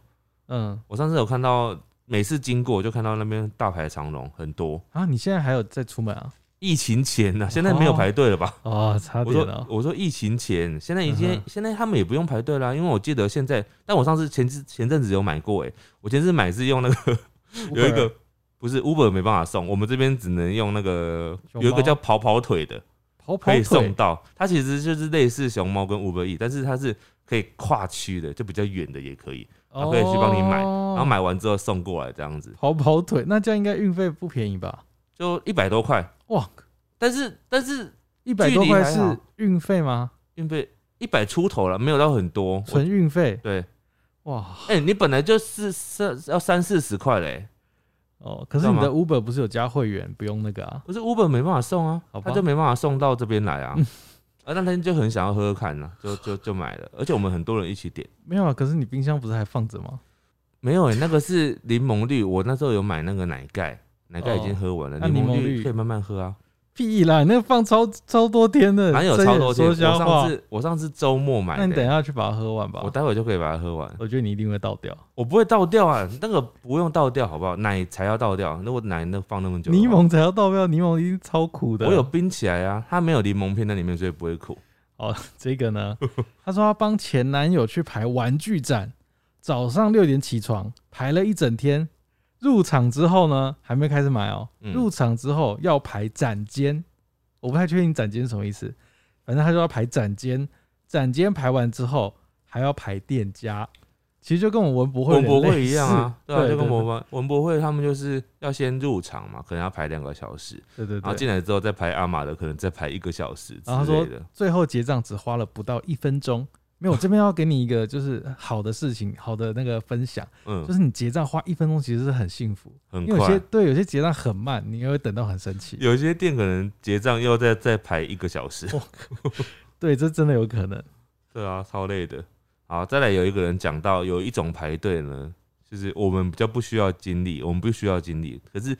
[SPEAKER 1] 嗯
[SPEAKER 2] 我上次有看到，每次经过就看到那边大排长龙，很多。
[SPEAKER 1] 啊，你现在还有在出门啊？
[SPEAKER 2] 疫情前呢、现在没有排队了吧？
[SPEAKER 1] 哦，差
[SPEAKER 2] 我
[SPEAKER 1] 哦点
[SPEAKER 2] 说
[SPEAKER 1] 了。
[SPEAKER 2] 我说疫情前，现在已经、
[SPEAKER 1] 嗯哼
[SPEAKER 2] 现在他们也不用排队啦，因为我记得现在，但我上次前次前阵子有买过、欸，我前次买 是用那个有一个不是 Uber 没办法送，我们这边只能用那个
[SPEAKER 1] 熊
[SPEAKER 2] 有
[SPEAKER 1] 猫
[SPEAKER 2] 一个叫跑跑腿的
[SPEAKER 1] 跑跑
[SPEAKER 2] 可以
[SPEAKER 1] 腿
[SPEAKER 2] 送到，它其实就是类似熊猫跟 Uber E，但是它是可以跨区的，就比较远的也可以，然后可以去帮你买然后
[SPEAKER 1] 哦
[SPEAKER 2] 买完之后送过来这样子，
[SPEAKER 1] 跑跑腿，那这样应该运费不便宜吧？
[SPEAKER 2] 就一百多块。
[SPEAKER 1] 哇，
[SPEAKER 2] 但是但是
[SPEAKER 1] 一百
[SPEAKER 2] 距
[SPEAKER 1] 多
[SPEAKER 2] 离
[SPEAKER 1] 块
[SPEAKER 2] 还
[SPEAKER 1] 是
[SPEAKER 2] 好
[SPEAKER 1] 运费吗？
[SPEAKER 2] 运费一百出头了，没有到很多。我
[SPEAKER 1] 纯运费？
[SPEAKER 2] 对，
[SPEAKER 1] 哇
[SPEAKER 2] 哎、你本来就四四要三四十块嘞，
[SPEAKER 1] 哦，可是
[SPEAKER 2] 干
[SPEAKER 1] 你
[SPEAKER 2] 嘛
[SPEAKER 1] 的 Uber 不是有加会员，不用那个啊？
[SPEAKER 2] 可是 Uber 没办法送啊
[SPEAKER 1] 好，吧嗯
[SPEAKER 2] 他就没办法送到这边来啊。啊，那天就很想要喝喝看啊，就就就买了，而且我们很多人一起点。
[SPEAKER 1] 没有啊，可是你冰箱不是还放着吗？
[SPEAKER 2] 没有哎、那个是柠檬绿，我那时候有买那个奶盖，奶盖已经
[SPEAKER 1] 哦
[SPEAKER 2] 喝完了，
[SPEAKER 1] 那
[SPEAKER 2] 柠、
[SPEAKER 1] 柠
[SPEAKER 2] 檬
[SPEAKER 1] 檬绿
[SPEAKER 2] 绿可以慢慢喝啊。
[SPEAKER 1] 屁啦，那个放超超多天的，
[SPEAKER 2] 哪有
[SPEAKER 1] 睁眼
[SPEAKER 2] 超多天？
[SPEAKER 1] 说
[SPEAKER 2] 我
[SPEAKER 1] 瞎
[SPEAKER 2] 上
[SPEAKER 1] 话。
[SPEAKER 2] 次我上次周末买
[SPEAKER 1] 那你等一
[SPEAKER 2] 的，
[SPEAKER 1] 下去把它喝完吧
[SPEAKER 2] 我。待会就可以把它喝完。
[SPEAKER 1] 我觉得你一定会倒掉。
[SPEAKER 2] 我不会倒掉啊，那个不用倒掉好不好？奶才要倒掉，那我奶那放那么久的话，
[SPEAKER 1] 柠檬才要倒掉，柠檬一定超苦的。
[SPEAKER 2] 啊我有冰起来啊，它没有柠檬片在里面，所以不会苦。
[SPEAKER 1] 哦， 这个呢，她说她帮前男友去排玩具展，早上六点起床，排了一整天。入场之后呢，还没开始买哦。
[SPEAKER 2] 嗯
[SPEAKER 1] 入场之后要排展间，我不太确定展间是什么意思，反正她就要排展间。展间排完之后还要排店家，其实就跟我们文博会有
[SPEAKER 2] 文
[SPEAKER 1] 点
[SPEAKER 2] 博会
[SPEAKER 1] 类
[SPEAKER 2] 一样啊，
[SPEAKER 1] 似
[SPEAKER 2] 对啊，就
[SPEAKER 1] 对
[SPEAKER 2] 跟文博文博会他们就是要先入场嘛，可能要排两个小时，
[SPEAKER 1] 对对
[SPEAKER 2] 然后
[SPEAKER 1] 对。
[SPEAKER 2] 进来之后再排阿玛的，可能再排一个小时之
[SPEAKER 1] 然后他说
[SPEAKER 2] 类的。
[SPEAKER 1] 最后结账只花了不到一分钟，没有，我这边要给你一个就是好的事情，好的那个分享，就
[SPEAKER 2] 嗯，
[SPEAKER 1] 是你结账花一分钟其实是很幸福，
[SPEAKER 2] 很
[SPEAKER 1] 因为有些
[SPEAKER 2] 快。
[SPEAKER 1] 对有些结账很慢，你又会等到很生气。
[SPEAKER 2] 有一些店可能结账要再再排一个小时，
[SPEAKER 1] 对，这真的有可能。
[SPEAKER 2] 对啊，超累的。好，再来有一个人讲到有一种排队呢，就是我们比较不需要经历，我们不需要经历，可是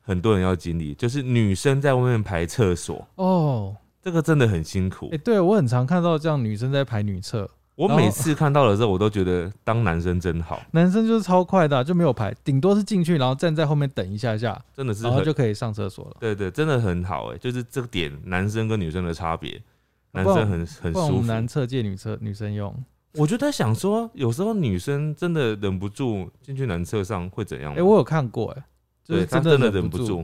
[SPEAKER 2] 很多人要经历，就是女生在外面排厕所，
[SPEAKER 1] 哦，
[SPEAKER 2] 这个真的很辛苦
[SPEAKER 1] 哎、。对我很常看到这样女生在排女厕，
[SPEAKER 2] 我
[SPEAKER 1] 然后
[SPEAKER 2] 每次看到的时候，我都觉得当男生真好，
[SPEAKER 1] 男生就是超快的啊、就没有排，顶多是进去然后站在后面等一下下，
[SPEAKER 2] 真的是
[SPEAKER 1] 然后
[SPEAKER 2] 很
[SPEAKER 1] 就可以上厕所了。
[SPEAKER 2] 对对，真的很好哎、就是这个点男生跟女生的差别，男
[SPEAKER 1] 不
[SPEAKER 2] 生
[SPEAKER 1] 然
[SPEAKER 2] 很很
[SPEAKER 1] 不然我
[SPEAKER 2] 舒
[SPEAKER 1] 们
[SPEAKER 2] 服。嗯
[SPEAKER 1] 男厕借女厕女生用。
[SPEAKER 2] 我就在想说，有时候女生真的忍不住进去男厕上会怎样
[SPEAKER 1] 哎、
[SPEAKER 2] 吗？
[SPEAKER 1] 我有看过、哎，就
[SPEAKER 2] 对
[SPEAKER 1] 是
[SPEAKER 2] 她
[SPEAKER 1] 真
[SPEAKER 2] 真的
[SPEAKER 1] 忍
[SPEAKER 2] 忍不住。。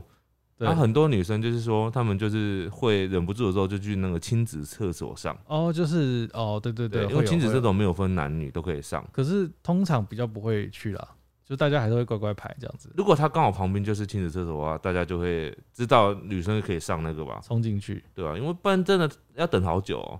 [SPEAKER 1] 对，
[SPEAKER 2] 啊那很多女生就是说，她们就是会忍不住的时候就去那个亲子厕所上。
[SPEAKER 1] 哦，就是哦，对对
[SPEAKER 2] 对，因
[SPEAKER 1] 会
[SPEAKER 2] 为
[SPEAKER 1] 有
[SPEAKER 2] 亲子
[SPEAKER 1] 会
[SPEAKER 2] 厕
[SPEAKER 1] 有
[SPEAKER 2] 所没有分男女都可以上。
[SPEAKER 1] 可是通常比较不会去啦，就大家还是会乖乖排这样子
[SPEAKER 2] 如果她刚好旁边就是亲子厕所的话，大家就会知道女生可以上那个吧，
[SPEAKER 1] 冲进去。
[SPEAKER 2] 对吧、因为不然真的要等好久哦、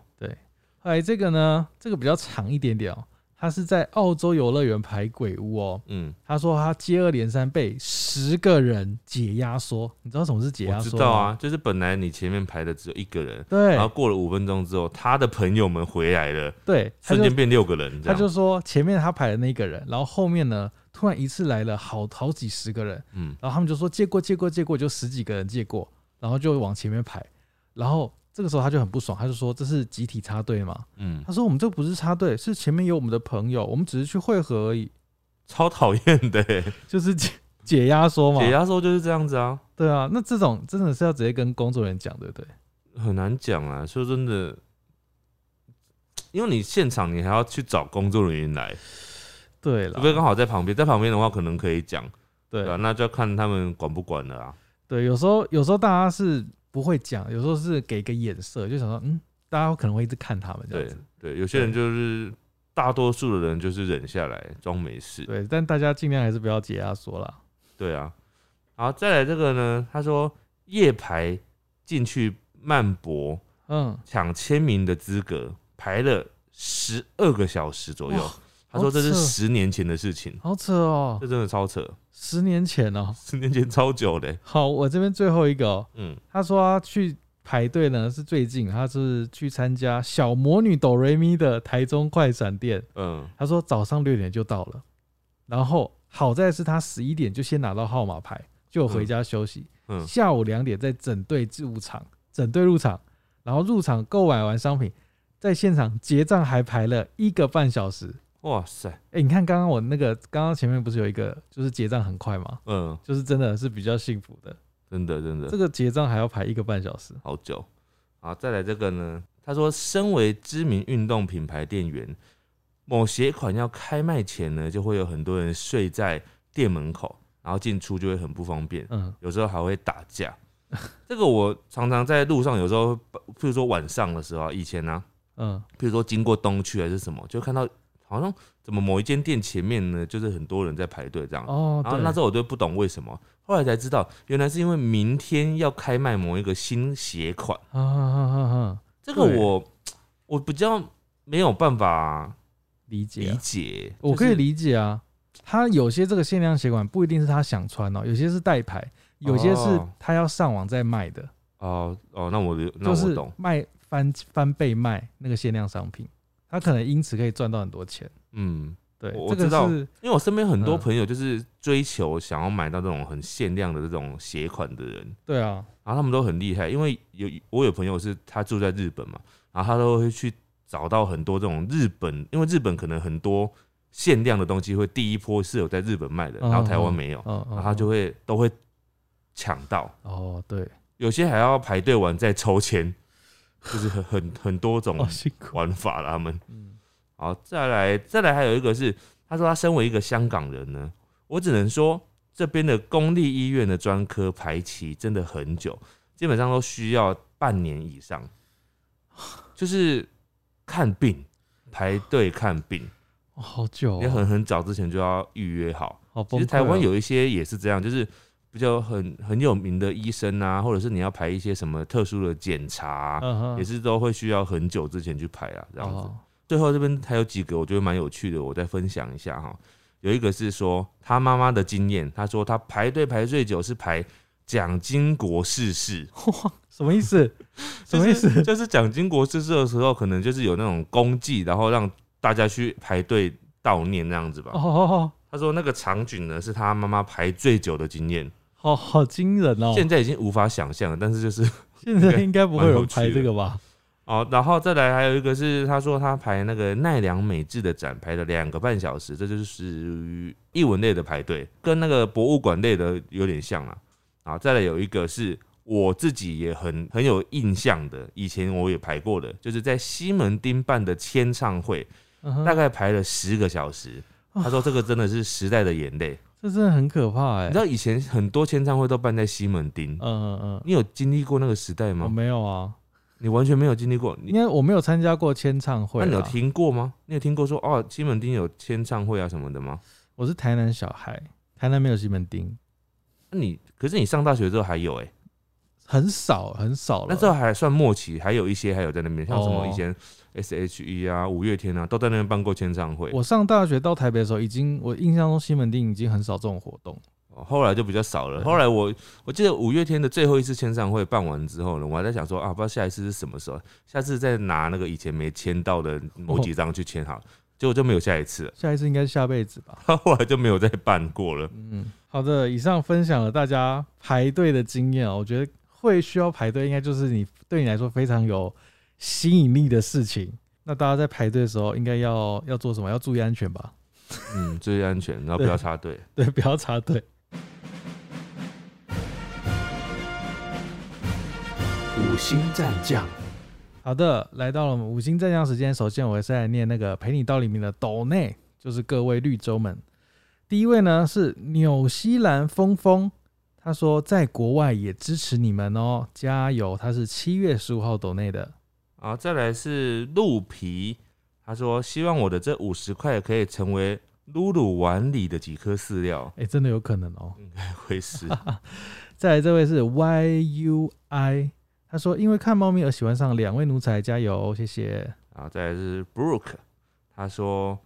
[SPEAKER 1] 后来这个呢，这个比较长一点点哦、他是在澳洲游乐园排鬼屋哦、
[SPEAKER 2] 嗯，
[SPEAKER 1] 他说他接二连三被十个人解压缩，你知道什么是解
[SPEAKER 2] 我
[SPEAKER 1] 压
[SPEAKER 2] 知
[SPEAKER 1] 缩？
[SPEAKER 2] 道，啊，就是本来你前面排的只有一个人，
[SPEAKER 1] 对
[SPEAKER 2] 然后过了五分钟之后，他的朋友们回来了，
[SPEAKER 1] 对，他
[SPEAKER 2] 瞬
[SPEAKER 1] 就
[SPEAKER 2] 间变六个人，这
[SPEAKER 1] 他
[SPEAKER 2] 样
[SPEAKER 1] 就说前面他排的那一个人，然后后面呢突然一次来了好好几十个人，
[SPEAKER 2] 嗯，
[SPEAKER 1] 然后他们就说借过借过借过，就十几个人借过，然后就往前面排，然后这个时候他就很不爽，他就说这是集体插队嘛，
[SPEAKER 2] 嗯，
[SPEAKER 1] 他说我们这不是插队，是前面有我们的朋友，我们只是去汇合而已，
[SPEAKER 2] 超讨厌的 欸。
[SPEAKER 1] 就是解解压缩嘛，
[SPEAKER 2] 解压时候就是这样子啊，
[SPEAKER 1] 对啊，那这种真的是要直接跟工作人员讲，对不对？
[SPEAKER 2] 很难讲啊。说真的，因为你现场你还要去找工作人员来，
[SPEAKER 1] 对
[SPEAKER 2] 除非
[SPEAKER 1] 了，
[SPEAKER 2] 刚好在旁边，在旁边的话可能可以讲，对啊吧、
[SPEAKER 1] 啊对
[SPEAKER 2] 那就要看他们管不管了啊。
[SPEAKER 1] 对，有时候有时候大家是不会讲，有时候是给个眼色，就想说嗯，大家可能会一直看他们这样
[SPEAKER 2] 对
[SPEAKER 1] 子，
[SPEAKER 2] 对，有些人就是大多数的人就是忍下来装没事。
[SPEAKER 1] 对，但大家尽量还是不要解压缩啦。
[SPEAKER 2] 对啊，好，再来这个呢，他说夜排进去漫博
[SPEAKER 1] 嗯，
[SPEAKER 2] 抢签名的资格，排了十二个小时左右
[SPEAKER 1] 哇。
[SPEAKER 2] 他说这是
[SPEAKER 1] 好扯
[SPEAKER 2] 十年前的事情，
[SPEAKER 1] 好扯哦
[SPEAKER 2] 这，真的超扯，
[SPEAKER 1] 十年前哦。
[SPEAKER 2] 十年前超久的欸、
[SPEAKER 1] 好，我这边最后一个、哦，
[SPEAKER 2] 嗯，
[SPEAKER 1] 他说他去排队呢是最近，他是去参加小魔女哆瑞咪的台中快闪店。
[SPEAKER 2] 嗯，
[SPEAKER 1] 他说早上六点就到了，然后好在是他十一点就先拿到号码牌，就回家休息。
[SPEAKER 2] 嗯嗯
[SPEAKER 1] 下午两点再整队入场，整队入场，然后入场购买完商品，在现场结账还排了一个半小时。
[SPEAKER 2] 哇塞，
[SPEAKER 1] 哎、你看刚刚我那个，刚刚前面不是有一个就是结账很快吗？
[SPEAKER 2] 嗯，
[SPEAKER 1] 就是真的是比较幸福的。
[SPEAKER 2] 真的真的
[SPEAKER 1] 这个结账还要排一个半小时，
[SPEAKER 2] 好久。好，再来这个呢，他说身为知名运动品牌店员，某鞋款要开卖前呢，就会有很多人睡在店门口，然后进出就会很不方便。
[SPEAKER 1] 嗯，
[SPEAKER 2] 有时候还会打架。 这个我常常在路上，有时候，譬如说晚上的时候啊，以前呢、
[SPEAKER 1] 嗯，
[SPEAKER 2] 譬如说经过东区还是什么，就看到好像怎么某一间店前面呢，就是很多人在排队这样。
[SPEAKER 1] 哦，
[SPEAKER 2] 嗯然
[SPEAKER 1] 对，
[SPEAKER 2] 后那时候我就不懂为什么，后来才知道，原来是因为明天要开卖某一个新鞋款。
[SPEAKER 1] 啊啊啊啊啊
[SPEAKER 2] 这个
[SPEAKER 1] 对
[SPEAKER 2] 我我比较没有办法
[SPEAKER 1] 理解
[SPEAKER 2] 理
[SPEAKER 1] 啊，
[SPEAKER 2] 解，
[SPEAKER 1] 我可
[SPEAKER 2] 就
[SPEAKER 1] 以
[SPEAKER 2] 是
[SPEAKER 1] 理解啊。他有些这个限量鞋款不一定是他想穿哦，有些是代牌，有些是
[SPEAKER 2] 哦
[SPEAKER 1] 他要上网再卖的，
[SPEAKER 2] 哦哦，那我那
[SPEAKER 1] 就
[SPEAKER 2] 我
[SPEAKER 1] 是
[SPEAKER 2] 懂，
[SPEAKER 1] 卖翻翻倍卖那个限量商品，他可能因此可以赚到很多钱。
[SPEAKER 2] 嗯，
[SPEAKER 1] 对，
[SPEAKER 2] 我
[SPEAKER 1] 这
[SPEAKER 2] 我知道
[SPEAKER 1] 个是
[SPEAKER 2] 因为我身边很多
[SPEAKER 1] 嗯
[SPEAKER 2] 朋友就是追求想要买到这种很限量的这种鞋款的人，
[SPEAKER 1] 对啊，
[SPEAKER 2] 然后他们都很厉害，因为有我有朋友是他住在日本嘛，然后他都会去找到很多这种日本，因为日本可能很多限量的东西会第一波是有在日本卖的，
[SPEAKER 1] 嗯
[SPEAKER 2] 然后台湾没有，
[SPEAKER 1] 嗯，
[SPEAKER 2] 然后哦他就
[SPEAKER 1] 会
[SPEAKER 2] 会都会抢到，
[SPEAKER 1] 哦，对，
[SPEAKER 2] 有些还要排队完再抽签，就是很很很多种
[SPEAKER 1] 哦，辛苦，
[SPEAKER 2] 玩法啦，他们。
[SPEAKER 1] 嗯，
[SPEAKER 2] 好，再来，再来，还有一个是，他说他身为一个香港人呢，我只能说这边的公立医院的专科排期真的很久，基本上都需要半年以上，就是看病排队看病，
[SPEAKER 1] 哦好久
[SPEAKER 2] 也
[SPEAKER 1] 哦，
[SPEAKER 2] 很很早之前就要预约好。
[SPEAKER 1] 好
[SPEAKER 2] 其
[SPEAKER 1] 崩溃哦。
[SPEAKER 2] 实台湾有一些也是这样，就是比较很很有名的医生啊，或者是你要排一些什么特殊的检查啊、
[SPEAKER 1] 嗯，嗯
[SPEAKER 2] 也是都会需要很久之前去排啊，这样子。
[SPEAKER 1] 哦
[SPEAKER 2] 最后这边还有几个我觉得蛮有趣的，我再分享一下哈。有一个是说他妈妈的经验，他说他排队排最久是排蒋经国逝世，
[SPEAKER 1] 哇，什么意思？ 什么意思？
[SPEAKER 2] 就是就是蒋经国逝世的时候，可能就是有那种功绩，然后让大家去排队悼念那样子吧。
[SPEAKER 1] 哦哦
[SPEAKER 2] 他说那个场景呢是他妈妈排最久的经验，
[SPEAKER 1] 哦，好好惊人哦！
[SPEAKER 2] 现在已经无法想象了，但是就是
[SPEAKER 1] 现在应该不会有人排这个吧？
[SPEAKER 2] 哦，然后再来还有一个是，他说他排那个奈良美智的展，排了两个半小时，这就是属于艺文类的排队，跟那个博物馆类的有点像啦。啊，再来有一个是我自己也很很有印象的，以前我也排过的，就是在西门町办的签唱会，
[SPEAKER 1] 嗯哼
[SPEAKER 2] 大概排了十个小时。他说这个真的是时代的眼泪，
[SPEAKER 1] 这真的很可怕哎、
[SPEAKER 2] 你知道以前很多签唱会都办在西门町，
[SPEAKER 1] 嗯嗯
[SPEAKER 2] 你有经历过那个时代
[SPEAKER 1] 嗯，我
[SPEAKER 2] 吗？
[SPEAKER 1] 没有啊，
[SPEAKER 2] 你完全没有经历过，你
[SPEAKER 1] 因为我没有参加过签唱会啊
[SPEAKER 2] 那
[SPEAKER 1] 啦。
[SPEAKER 2] 啊你有听过吗？你有听过说哦，西门町有签唱会啊什么的吗？
[SPEAKER 1] 我是台南小孩，台南没有西门町，
[SPEAKER 2] 那你可是你上大学之后还有哎、
[SPEAKER 1] 很少很少了。
[SPEAKER 2] 那这还算末期，还有一些还有在那边，像什么
[SPEAKER 1] 哦
[SPEAKER 2] 以前 S.H.E 啊、五月天啊，都在那边办过签唱会。
[SPEAKER 1] 我上大学到台北的时候，已经我印象中西门町已经很少这种活动。
[SPEAKER 2] 哦后来就比较少了。
[SPEAKER 1] 对
[SPEAKER 2] 后来我我记得五月天的最后一次签唱会办完之后呢，我还在想说啊，不知道下一次是什么时候，下次再拿那个以前没签到的某几张去签好 了。结果就没有下一次了，
[SPEAKER 1] 下一次应该是下辈子吧。
[SPEAKER 2] 后来就没有再办过了。
[SPEAKER 1] 嗯，好的，以上分享了大家排队的经验哦，我觉得会需要排队，应该就是你对你来说非常有吸引力的事情。那大家在排队的时候，应该要要做什么？要注意安全吧，
[SPEAKER 2] 嗯，注意安全，然后不
[SPEAKER 1] 对
[SPEAKER 2] 要插队。
[SPEAKER 1] 对，不要插队。
[SPEAKER 3] 五星战将，
[SPEAKER 1] 好的，来到了我们五星战将时间。首先，我是来念那个陪你到黎明的斗内，就是各位绿洲们。第一位呢是纽西兰峰峰，他说在国外也支持你们哦，加油！他是七月十五号斗内的，
[SPEAKER 2] 啊，再来是鹿皮，他说希望我的这五十块可以成为露露碗里的几颗饲料，
[SPEAKER 1] 哎、真的有可能哦。
[SPEAKER 2] 应该会 是
[SPEAKER 1] 再来这位是 YUI，他说因为看猫咪而喜欢上两位奴才，加油，谢谢。
[SPEAKER 2] 啊。再来是 Brooke，他说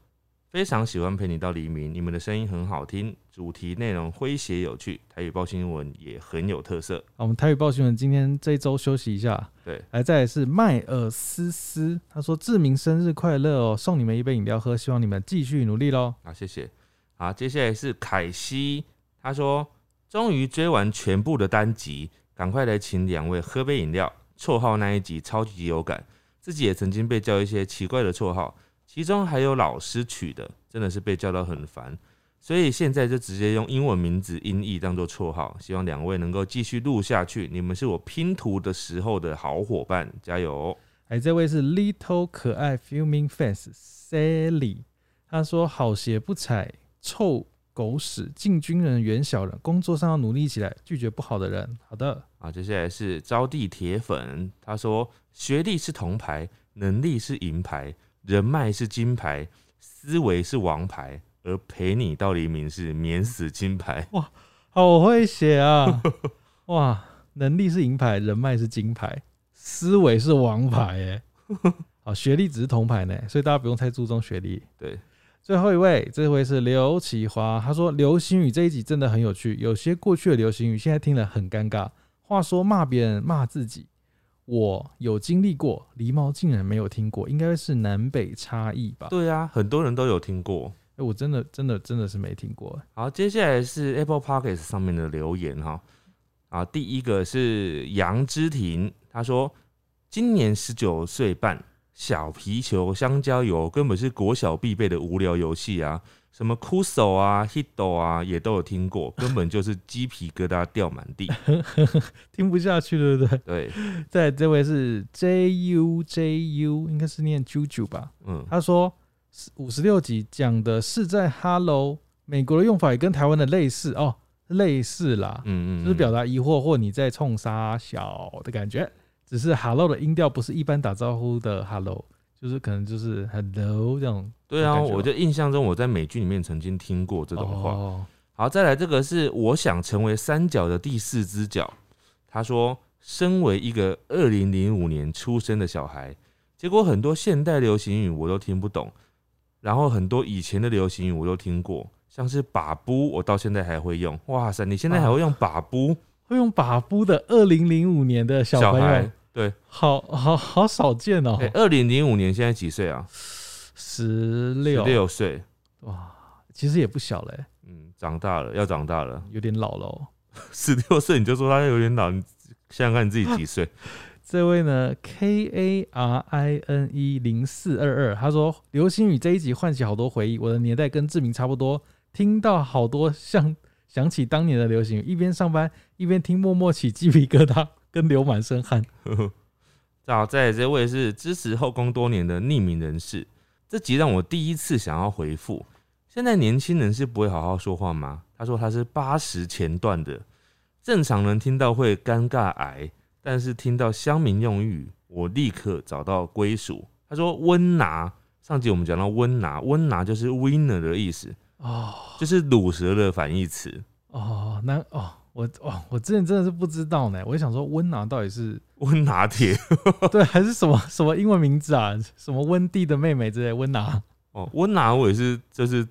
[SPEAKER 2] 非常喜欢陪你到黎明，你们的声音很好听，主题内容诙谐有趣，台语报新闻也很有特色。
[SPEAKER 1] 好，我们台语报新闻今天这一周休息一下。
[SPEAKER 2] 对，
[SPEAKER 1] 来，再来是迈尔思思，他说志明生日快乐哦，送你们一杯饮料喝，希望你们继续努力喽。
[SPEAKER 2] 啊，谢谢。啊，接下来是凯西，他说终于追完全部的单集，赶快来请两位喝杯饮料。绰号那一集超级有感，自己也曾经被叫一些奇怪的绰号，其中还有老师取的，真的是被叫到很烦。所以现在就直接用英文名字音译当做绰号，希望两位能够继续录下去。你们是我拼图的时候的好伙伴，加油哦！
[SPEAKER 1] 哎，这位是 Little 可爱 Fuming Face Sally，他说好鞋不踩，臭狗屎，敬军人远小人，工作上要努力起来，拒绝不好的人。好的，
[SPEAKER 2] 啊，接下来是招娣铁粉，他说学历是铜牌，能力是银牌，人脉是金牌，思维是王牌，而陪你到黎明是免死金牌。
[SPEAKER 1] 好会写啊！ 哇，能力是银牌，人脉是金牌，思维是王牌哎。好，学历只是铜牌呢，所以大家不用太注重学历。
[SPEAKER 2] 对，
[SPEAKER 1] 最后一位，这位是刘启华，他说流行语这一集真的很有趣，有些过去的流行语现在听了很尴尬。话说骂别人骂自己，我有经历过，狸猫竟然没有听过，应该是南北差异吧？
[SPEAKER 2] 对啊，很多人都有听过。
[SPEAKER 1] 哎、我真的真的真的是没听过。
[SPEAKER 2] 好，接下来是 Apple Podcast 上面的留言哈。啊，第一个是杨之婷，他说今年十九岁半，小皮球、香蕉油根本是国小必备的无聊游戏啊，什么哭手啊、hit 斗啊也都有 听过，根本就是鸡皮疙瘩掉满地。
[SPEAKER 1] 听不下去，对不对？
[SPEAKER 2] 对，
[SPEAKER 1] 再来这位是 J U J U，应该是念 JUJU 吧？
[SPEAKER 2] 嗯，
[SPEAKER 1] 他说五十六集讲的是在 Hello，美国的用法也跟台湾的类似哦，类似啦，
[SPEAKER 2] 嗯嗯，
[SPEAKER 1] 就是表达疑惑或你在冲杀小的感觉，只是 Hello 的音调不是一般打招呼的 Hello，就是可能就是 Hello 这种
[SPEAKER 2] 对啊，
[SPEAKER 1] 感觉吧
[SPEAKER 2] 我就印象中我在美剧里面曾经听过这
[SPEAKER 1] 这
[SPEAKER 2] 种话。
[SPEAKER 1] 哦、
[SPEAKER 2] 好，再来这个是我想成为三角的第四只脚。他说，身为一个二零零五年出生的小孩，结果很多现代流行语我都听不懂，然后很多以前的流行语我都听过，像是“把布”，我到现在还会用。哇塞，你现
[SPEAKER 1] 啊
[SPEAKER 2] 在还会用“把布
[SPEAKER 1] 会用把布的二零零五年的”？小
[SPEAKER 2] 小
[SPEAKER 1] 朋友，
[SPEAKER 2] 孩对，
[SPEAKER 1] 好好好少见哦、
[SPEAKER 2] 哎，二零零五年现在几岁啊？
[SPEAKER 1] 十
[SPEAKER 2] 十
[SPEAKER 1] 六
[SPEAKER 2] 六岁，
[SPEAKER 1] 哇，其实也不小嘞、
[SPEAKER 2] 嗯，长大了，要长大了。
[SPEAKER 1] 有点老了、哦。
[SPEAKER 2] 十六岁你就说他有点老，你想想看你自己几岁？
[SPEAKER 1] 这位呢，K A R I N E 零四二二，他说流星雨这一集唤起好多回忆，我的年代跟志明差不多，听到好多像 想起当年的流行雨，一边上班一边听，默默起鸡皮疙瘩， 跟流满身汗。
[SPEAKER 2] 那在这位是支持后宫多年的匿名人士，这集让我第一次想要回复。现在年轻人是不会好好说话吗？他说他是八十前段的，正常人听到会尴尬癌，但是听到乡民用语，我立刻找到归属。他说温拿，上集我们讲到温拿，温拿就是 winner 的意思，
[SPEAKER 1] 哦
[SPEAKER 2] 就是卤蛇的反义词。
[SPEAKER 1] 哦，那哦，我哦，我之前真的是不知道呢，我就想说温拿到底是
[SPEAKER 2] 温拿铁
[SPEAKER 1] 对还是什么什么英文名字啊？什么温蒂的妹妹之类，温拿。
[SPEAKER 2] 哦，温拿我也是，就是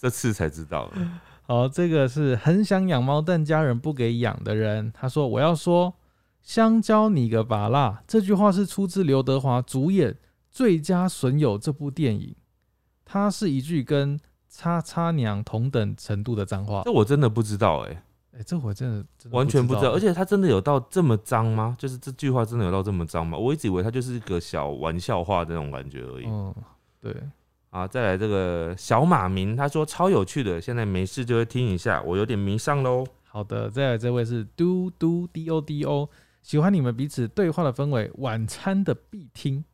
[SPEAKER 2] 这次才知道的。
[SPEAKER 1] 好，这个是很想养猫，但家人不给养的人。他说：“我要说，香蕉你个拔辣。”这句话是出自刘德华主演《最佳损友》这部电影，它是一句跟“叉叉娘”同等程度的脏话。
[SPEAKER 2] 这我真的不知道哎、
[SPEAKER 1] 哎、这我真的真的
[SPEAKER 2] 完全不知道，而
[SPEAKER 1] 且
[SPEAKER 2] 且他真的有到这么脏吗？就是这句话真的有到这么脏吗？我一直以为他就是一个小玩笑话的那种感觉而已。
[SPEAKER 1] 嗯，对，
[SPEAKER 2] 啊，再来这个小马明，他说超有趣的，现在没事就会听一下，我有点迷上喽。
[SPEAKER 1] 好的。再来这位是嘟嘟 D O D O，喜欢你们彼此对话的氛围，晚餐的必听。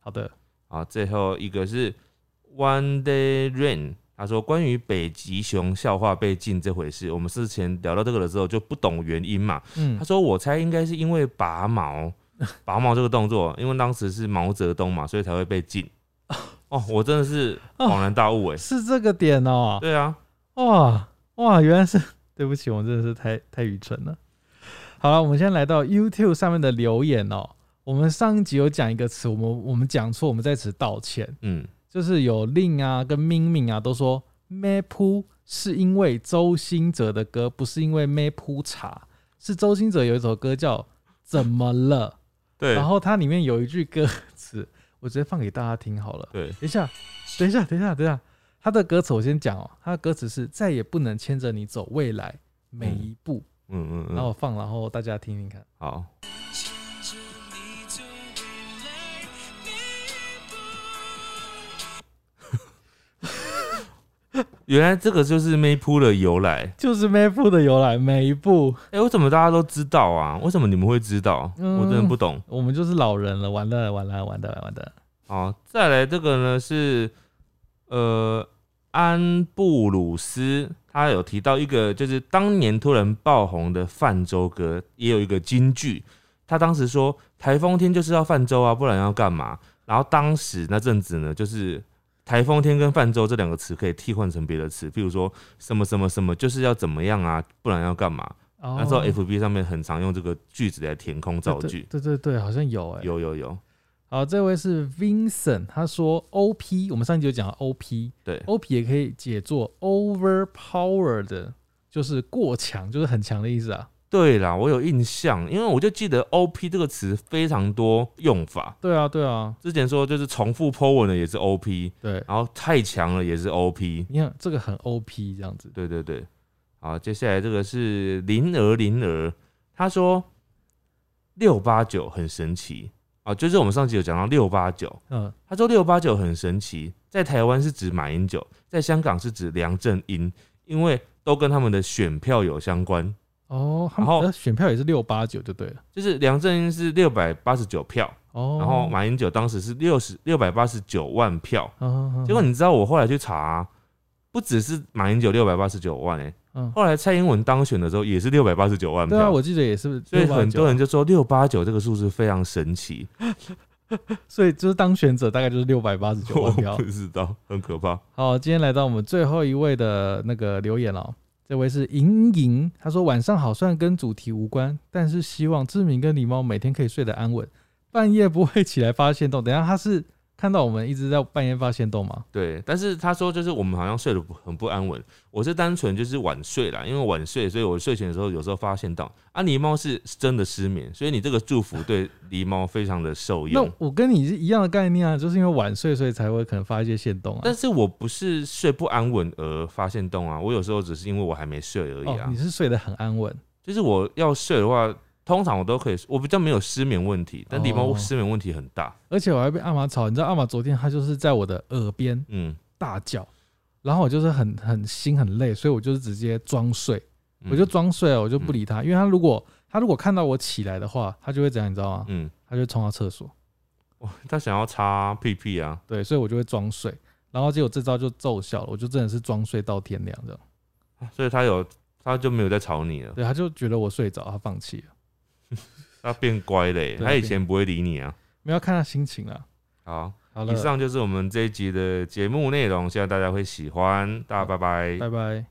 [SPEAKER 1] 好的，
[SPEAKER 2] 啊，最后一个是 One Day Rain，他说关于北极熊笑话被禁这回事，我们之前聊到这个了之后就不懂原因嘛，
[SPEAKER 1] 嗯
[SPEAKER 2] 他，说：“我猜应该是因为拔毛，拔毛这个动作，因为当时是毛泽东嘛，所以才会被禁。”哦，我真的是恍然大悟哎、
[SPEAKER 1] 是这个点哦、
[SPEAKER 2] 对啊，
[SPEAKER 1] 哇哇，原来是 对不起，我真的是太太愚蠢了。好了，我们先来到 YouTube 上面的留言哦、我们上一集有讲一个词，我们我们讲错，我们在此道歉。
[SPEAKER 2] 嗯，
[SPEAKER 1] 就是有令啊跟命命啊都说 Map 是因为周兴哲的歌，不是因为 Map 茶，是周兴哲有一首歌叫《怎么了》，
[SPEAKER 2] 对
[SPEAKER 1] 然后它里面有一句歌词，我直接放给大家听好了。
[SPEAKER 2] 对，
[SPEAKER 1] 等一下，等一下，等一下，等一下。他的歌词我先讲哦，他的歌词是再也不能牵着你走未来每一步。
[SPEAKER 2] 嗯嗯
[SPEAKER 1] 然后
[SPEAKER 2] 嗯，
[SPEAKER 1] 我放，然后大家听听看。
[SPEAKER 2] 好， 原来这个就是妹铺的由来。
[SPEAKER 1] 就是 map 的由来，每一步
[SPEAKER 2] 哎、为什么大家都知道啊？为什么你们会知道？
[SPEAKER 1] 嗯
[SPEAKER 2] 我真的不懂。
[SPEAKER 1] 我们就是老人了，完了完了完了完了。
[SPEAKER 2] 好，再来这个呢是呃安布鲁斯，他有提到一个就是当年突然爆红的泛舟歌，也有一个金句，他当时说台风天就是要泛舟啊，不然要干嘛？然后当时那阵子呢，就是台风天跟泛舟这两个词可以替换成别的词，譬如说什么什么什么就是要怎么样啊，不然要干嘛？
[SPEAKER 1] 哦
[SPEAKER 2] 那时候 FB 上面很常用这个句子来填空造
[SPEAKER 1] 对
[SPEAKER 2] 句，
[SPEAKER 1] 对对对，好像有哎、
[SPEAKER 2] 有有有，
[SPEAKER 1] 好，这位是 Vincent，他说 OP，我们上一集有讲到 OP，
[SPEAKER 2] 对，
[SPEAKER 1] OP 也可以解作 overpowered，就是过强，就是很强的意思啊。
[SPEAKER 2] 对啦，我有印象，因为我就记得 “OP” 这个词非常多用法。
[SPEAKER 1] 对啊，对啊，
[SPEAKER 2] 之前说就是重复 po 文的也是 OP，
[SPEAKER 1] 对，
[SPEAKER 2] 然后太强了也是 OP。
[SPEAKER 1] 你看这个很 OP 这样子。
[SPEAKER 2] 对对对，好，接下来这个是灵儿灵儿，他说六八九很神奇啊，就是我们上集有讲到六八九，
[SPEAKER 1] 嗯，
[SPEAKER 2] 他说六八九很神奇，在台湾是指马英九，在香港是指梁振英，因为都跟他们的选票有相关。
[SPEAKER 1] 哦，他们
[SPEAKER 2] 然后
[SPEAKER 1] 呃选票也是六八九就对了。
[SPEAKER 2] 就是梁振英是六百八十九票，
[SPEAKER 1] 哦，
[SPEAKER 2] 然后马英九当时是六十六百八十九万票，
[SPEAKER 1] 嗯，
[SPEAKER 2] 结果你知道我后来去查、不只是马英九六百八十九万哎、
[SPEAKER 1] 嗯，
[SPEAKER 2] 后来蔡英文当选的时候也是六百八十九万
[SPEAKER 1] 对啊，
[SPEAKER 2] 票，
[SPEAKER 1] 我记得也是，
[SPEAKER 2] 所以很多
[SPEAKER 1] 人，
[SPEAKER 2] 人就说六八九这个数字非常神奇，
[SPEAKER 1] 所以就是当选者大概就是六百八十九
[SPEAKER 2] 我
[SPEAKER 1] 万票
[SPEAKER 2] 不。知道，很可怕。
[SPEAKER 1] 好，今天来到我们最后一位的那个留言哦，这位是莹莹，她说晚上好，虽然跟主题无关，但是希望志明跟狸猫每天可以睡得安稳。半夜不会起来发现洞。等一下他是看到我们一直在半夜发现洞吗？
[SPEAKER 2] 对，但是他说就是我们好像睡得不很不安稳，我是单纯就是晚睡啦，因为晚睡，所以我睡前的时候有时候发现到啊，狸猫是真的失眠，所以你这个祝福对狸猫非常的受
[SPEAKER 1] 那
[SPEAKER 2] 用。
[SPEAKER 1] 我跟你是一样的概念啊，就是因为晚睡，所以才会可能发一些线洞啊。
[SPEAKER 2] 但是我不是睡不安稳而发现洞啊，我有时候只是因为我还没睡而已
[SPEAKER 1] 哦
[SPEAKER 2] 啊，。
[SPEAKER 1] 你是睡得很安稳，
[SPEAKER 2] 就是我要睡的话，通常我都可以，我比较没有失眠问题，但狸猫
[SPEAKER 1] 哦
[SPEAKER 2] 失眠问题很大。
[SPEAKER 1] 而且我还被阿玛吵。你知道阿玛昨天他就是在我的耳边
[SPEAKER 2] 嗯，
[SPEAKER 1] 大叫，然后我就是很很心很累，所以我就是直接装睡，
[SPEAKER 2] 嗯
[SPEAKER 1] 我就装睡了，我就不理他，因为他如果他如果看到我起来的话，他就会怎样，你知道吗？
[SPEAKER 2] 嗯，
[SPEAKER 1] 他就会冲到厕所。
[SPEAKER 2] 哇他想要擦屁屁啊，
[SPEAKER 1] 对，所以我就会装睡，然后结果这招就奏效了，我就真的是装睡到天亮这样。
[SPEAKER 2] 所以他有他就没有再吵你了，
[SPEAKER 1] 对，他就觉得我睡着，他放弃了，
[SPEAKER 2] 他变乖嘞、
[SPEAKER 1] 对
[SPEAKER 2] 他以前不会理你啊。
[SPEAKER 1] 没有要看他心情了。
[SPEAKER 2] 好，
[SPEAKER 1] 好了，
[SPEAKER 2] 以上就是我们这一集的节目内容，希望大家会喜欢，大家拜拜。
[SPEAKER 1] 拜拜。